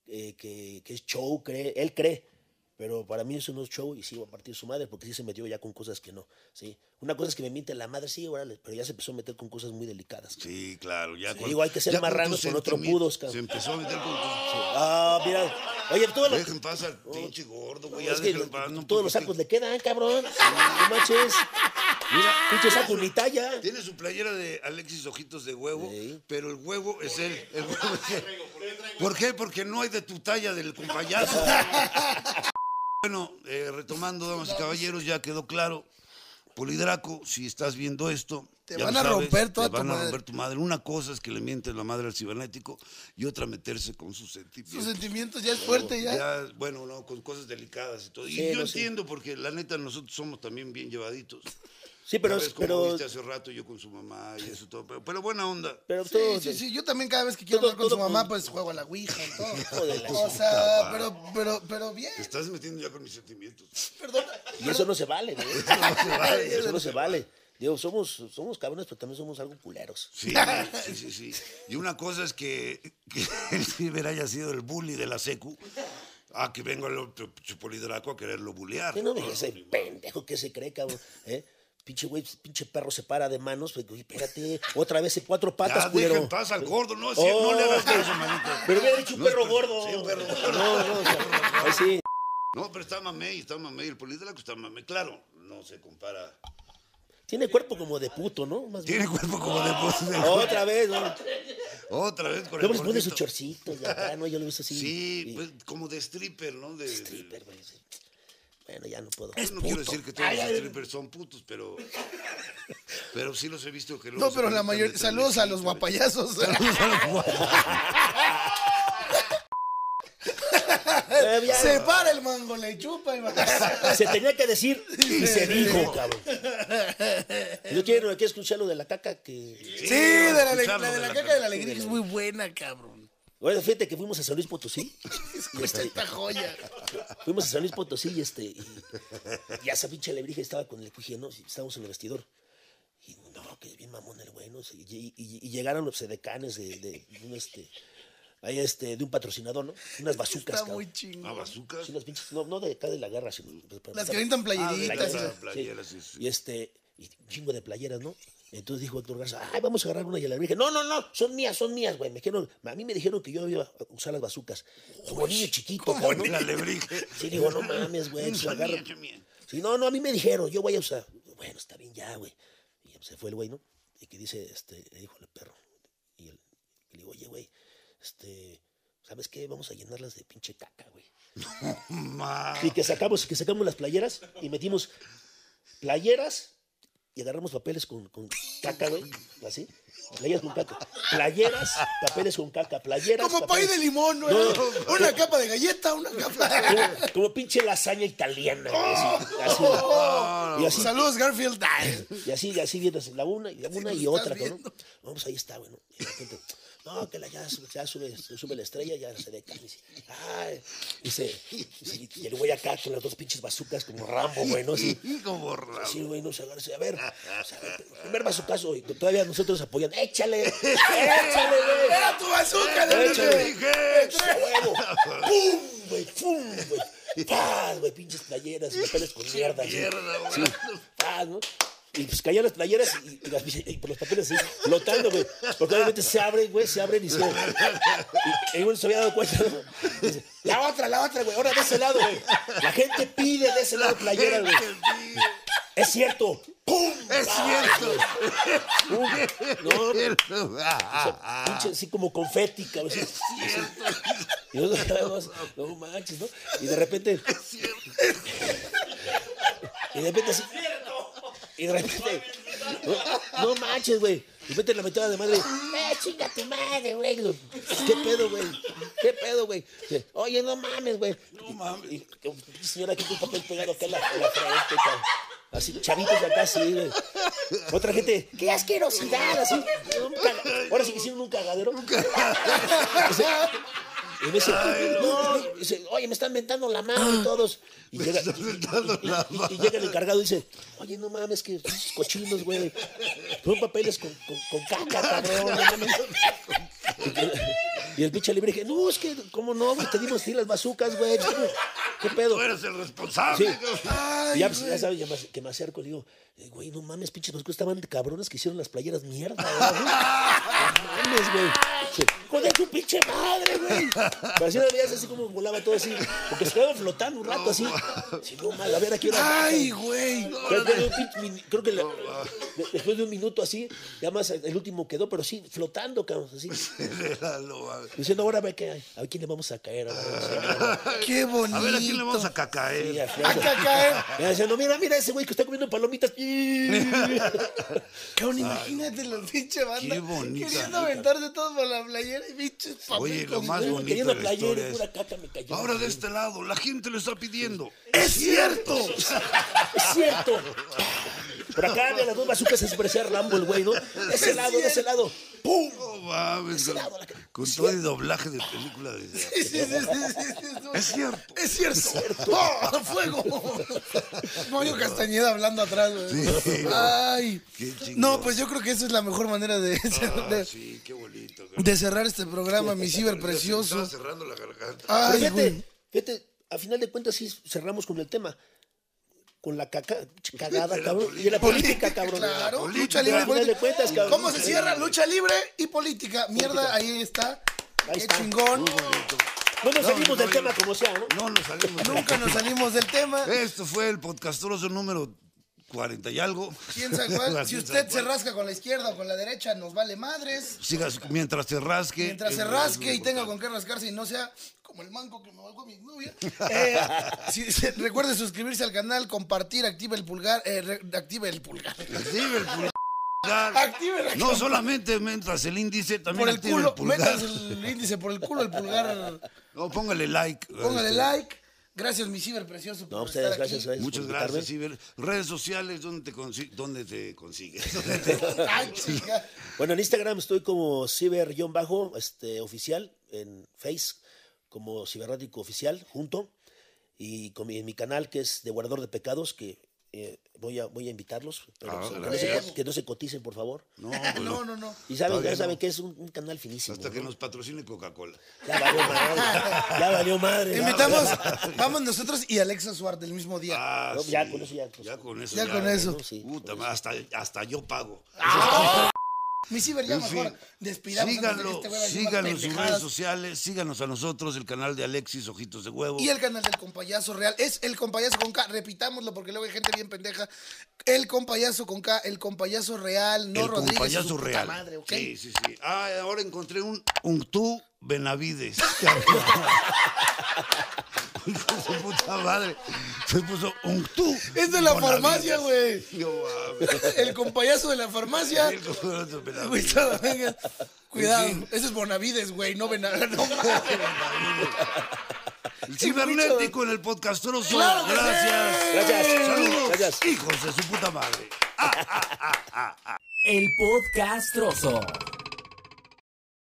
eh, que, que es show, cree, él cree. Pero para mí eso no es show y sí va a partir su madre porque sí se metió ya con cosas que no, ¿sí? Una cosa es que me miente la madre, sí, órale, pero ya se empezó a meter con cosas muy delicadas. Sí, claro, ya. cuando- digo, hay que ser ya con marranos tus con otros sentimientos. pudos, cabrón. Se empezó a meter con tus. Ah, mira, oye, todos los, Dejen paz al pinche gordo, güey. pues, ya es que déjenlo en paz, no, todos los porque sacos le quedan, cabrón. No manches, Mira, pinche saco ni talla. tiene su playera de Alexis Ojitos de Huevo, Sí. pero el huevo es él. El huevo es él. ¿Por qué? Porque no hay de tu talla del compayazo. bueno, eh, retomando, damas y caballeros, ya quedó claro. Polidraco, si estás viendo esto, Te ya van lo a romper toda te tu van a madre. romper tu madre. Una cosa es que le mientes la madre al cibernético y otra meterse con sus Sus sentimientos. sentimientos ya es fuerte, ya. Ya, bueno, no, con cosas delicadas y todo. Y Sí, yo no, sí. entiendo, porque la neta nosotros somos también bien llevaditos. Sí, pero, Ya ves cómo pero, viste hace rato yo con su mamá y eso todo. Pero, pero buena onda. pero Sí, todo- sí, sí. Yo también cada vez que quiero Todo- hablar con su todo mamá, con- pues juego a la Ouija y todo. Hijo de la o sea, pero, pero, pero bien. Te estás metiendo ya con mis sentimientos. Perdón. Y eso no se vale, güey. Eso no se vale. Digo, somos, somos cabrones, pero también somos algo culeros. Sí, sí, sí, sí. Y una cosa es que, que el ciber haya sido el bully de la secu. Ah, que vengo al otro pinche polidraco a quererlo bullear. ¿Qué no me ese pendejo que se cree, cabrón? ¿Eh? Pinche güey, pinche perro se para de manos. pues, güey, Güey, espérate, otra vez en cuatro patas, Oh. Ya, dejen culero. paz al gordo, no, si- no le hagas caso, manito. Pero hubiera dicho un No, perro pero- gordo. sí, un perro gordo. No, no, o sea, ahí sí. No, pero está mamey, está mamey. El polidraco está mamey. Claro, no se compara. Tiene cuerpo como de puto, ¿no? Más bien. Tiene cuerpo como de Otra vez, ¿no? Otra vez con el Ah. Oh. Luego se pone sus gordito. chorcitos de acá, ¿no? Yo lo he visto así. Sí, Y- pues, como de stripper, ¿no? De, de- stripper, güey. sí. pues, Bueno, ya no puedo. Yo no quiero decir que todos los strippers son putos, pero. Pero sí los he visto que luego No, se pero la conectan mayoría. detrás de Saludos a sí, los tal vez. guapayazos. Eh, ya- Se para el mango, le chupa y va. Se tenía que decir y se dijo, cabrón. Yo quiero aquí escuchar lo de la caca que. Sí, de la, ale- escucharlo la de la caca de la alegría es muy buena, cabrón. Bueno, fíjate que fuimos a San Luis Potosí. Y Está este, esta joya. fuimos a San Luis Potosí y este. Y, y esa pinche alebrija estaba con el cuije, ¿no? Y Estábamos en el vestidor. Y no, que bien mamón el güey, ¿no? Y, y- y- y llegaron los edecanes de, de- de un este. ahí, este, de un patrocinador, ¿no? Unas bazucas, Está cabrón. muy Ah, chingo. bazucas. Sí, las pinches, no, no de acá de ah, la guerra, sino. Las que avientan playeritas. de la- ¿eh? las playeras, sí, sí. Y este, y un chingo de playeras, ¿no? Entonces dijo Héctor Garza, ay, vamos a agarrar una y le dije, no, no, no, son mías, son mías, güey. Me dijeron, a mí me dijeron que yo iba a usar las bazucas. Como niño chiquito, Como cabrón. el alebrije. Sí, digo, no mames, güey. se Son agarra- mías, son mías. Sí, no, no, a mí me dijeron, yo voy a usar. Bueno, está bien ya, güey. Y se fue el güey, ¿no? Y que dice, este, le dijo al perro. Y él- y le digo, oye, güey, este, ¿sabes qué? Vamos a llenarlas de pinche caca, güey. Ma- Y que sacamos, que sacamos las playeras y metimos playeras y agarramos papeles con, con caca, güey. Así. Playeras con caca. Playeras, papeles con caca. Playeras. Como pay papeles- de limón, ¿no? Una capa de galleta, una capa. Como, como pinche lasaña italiana, güey. así, así, güey. Oh. y así, Saludos, Garfield. y así, y así vienes la una, y una y lo estás otra, ¿no? viendo. No, pues ahí está, bueno. Y de repente, no, que la ya, sube- ya sube, sube la estrella, ya se deca. Dice, ay, dice, dice, y el güey acá con las dos pinches bazucas como Rambo, güey, ¿no? Así, Como raro. Sí, güey, no se agarra. A ver, o sea, primer bazucazo, y todavía nosotros apoyando. ¡Échale! ¡Échale, güey! ¡Era tu bazooka, la Échale. leche! Dije, ¡A huevo! ¡Pum, güey! ¡Pum, güey! ¡Paz, güey! Pinches playeras, papeles con mierda. así. mierda, güey. Sí, ¡Paz, no! Y pues caían las playeras y, y las- y por los papeles así, flotando, güey. Porque obviamente se abren, güey, se abren y se. Y, y uno se había dado cuenta, ¿no? Dice, La otra, la otra, güey. Ahora de ese lado, güey. La gente pide de ese lado playeras, güey. Es cierto. ¡Pum! Es ¡Paz, cierto. Ah, güey! ¡Pum! No, cierto. pinche, así como confeti, cabrón. así. Y nosotros estábamos, no manches, ¿no? Y de repente. Y de repente así. Y de repente. No, no manches, güey. Y repente la metada de madre. ¡Eh, chinga tu madre, güey! ¿Qué pedo, güey? ¿Qué pedo, güey? Dice, Oye, no mames, güey. No mames. Y, y- señora, aquí con un papel pegado acá en la, en la frente, cabrón. Así, chavitos de acá, sí, güey. Otra gente, ¡qué asquerosidad! Así, un caga- Ahora sí que hicieron un cagadero. Y me dice, no, dice, oye, me están mentando la mano todos. Y llega, están y- mentando y- la y- y madre. llega el encargado y dice, oye, no mames, que esos cochinos, güey. Son papeles con, con, con caca, cabrón. no mames". Y el pinche libre dije, no, es que, ¿cómo no? güey? Te dimos sí las bazucas, güey. ¿Qué pedo? Tú eres el Sí. responsable. Y ya, pues, ya sabes, ya me- que me acerco y digo, eh, güey, no mames, pinches bazucas, estaban cabrones que hicieron las playeras mierda. güey. No mames, güey. Sí. ¡Hijo de tu pinche madre, güey! Parecía una veías así como volaba todo así. Porque se quedaba flotando un rato así. Sí, no mal, a ver a qué hora. ¡Ay, güey! No, Creo que, de un pinche min- creo que la- de- después de un minuto así, ya más el último quedó, pero sí, flotando, cabrón, así. era lo mal. Diciendo, ahora ve que, a ver quién le vamos a caer. ahora vamos a caer". Qué bonito. A ver, ¿a quién le vamos a Y cacaer? al A final, cacaer. me diciendo, mira, mira ese güey que está comiendo palomitas. Cabrón, imagínate la pinche banda. qué bonita. Queriendo aventarse todos por la playera y pinches papel Oye, lo con- más bonito Queriendo de la playera historia y es... pura caca me cayó. Ahora de este lado, la gente le está pidiendo. ¡Es cierto! Es cierto. Por acá de las dos bazucas se parecía Rambo el güey, ¿no? De ese lado, de ese lado. ¡Pum! ¡Eh! No mames, Ese con, lado, la cara. con todo el doblaje de película. de- Sí, sí, sí, sí, sí, sí, Es cierto. Es cierto. ¡Oh, ¡Fuego! Mario Castañeda hablando atrás, güey. Sí. Ay. Qué chingón. Ah, No, pues yo creo que esa es la mejor manera de, de- Sí, qué bonito. cara. de cerrar este programa, mi ciber Estaba precioso. Ah, cerrando la garganta. Pero Ay, güey. fíjate, fíjate, a final de cuentas sí cerramos con el tema. Con la caca, ch- cagada, cabrón. Y la política, cabrón. Claro, política. lucha libre. Al final de política. cuentas, cabrón. ¿Cómo se cierra? Lucha libre y política. Mierda, ahí está. Ahí Qué está. chingón. No nos No, salimos no, del yo- tema como sea, ¿no? No nos salimos. de- Nunca nos salimos del tema. Esto fue el podcastroso número 40 y algo. ¿Quién sabe cuál? Si ¿Quién usted sabe se cuál? rasca con la izquierda o con la derecha, nos vale madres. Sigas Pues mientras se rasque. Mientras se es- rasque es y tenga con importante. qué rascarse y no sea como el manco que me valgo a mi novia. Eh, si- si- recuerde suscribirse al canal, compartir, active el pulgar. Eh, re- active el pulgar. Active el pulgar. Active la No solamente mientras el índice, también Por el active culo, el pulgar. metas el índice por el culo, el pulgar. No, póngale like. Póngale Este, like. Gracias, mi ciber precioso. Por No, ustedes, estar gracias. aquí. gracias Muchas por gracias, invitarme. Iber. Redes sociales, ¿dónde te, consi- dónde te consigues? Ay, chica. Bueno, en Instagram estoy como ciber-bajo este, oficial, en Face, como ciberrático oficial, junto. Y con mi, en mi canal, que es de Guardador de Pecados, que eh, voy, a, voy a invitarlos, pero Ah, que, no gracias. se, co- que no se coticen, por favor. No, pues No, no, no. Y saben, Todavía ya no. saben que es un, un canal finísimo. Hasta ¿no? que nos patrocine Coca-Cola. Ya valió madre. Ya valió madre. Invitamos, vamos nosotros y Alexa Suárez el mismo día. Ah, No, ya, con eso ya, pues, Ya con eso. ya con eso. No, sí. pues, Puta madre, hasta, hasta yo pago. Mi ciber ya En fin, mejor despidamos. antes de que Pues síganlo, este güey vaya a decir síganlo más en sus pendejadas. redes sociales, síganos a nosotros, el canal de Alexis Ojitos de Huevo. Y el canal del compayazo real es el compayazo con K. Repitámoslo porque luego hay gente bien pendeja. El compayazo con K, el compayazo real, no El Rodríguez. compayazo su puta real. madre, ¿ok? Sí, sí, sí. Ah, ahora encontré un, un tú Benavides. Hijo de su puta madre. Se puso un tú. Es de la farmacia, güey. No mames. El compayazo de la farmacia. El compayazo Benavides. Cuidado, venga. Cuidado. Sí. Ese es Bonavides, güey. No ven a- no mames. El cibernético en el podcastroso. Claro que sí. Gracias. Gracias. Saludos. Gracias. Hijos de su puta madre. El podcast trozo.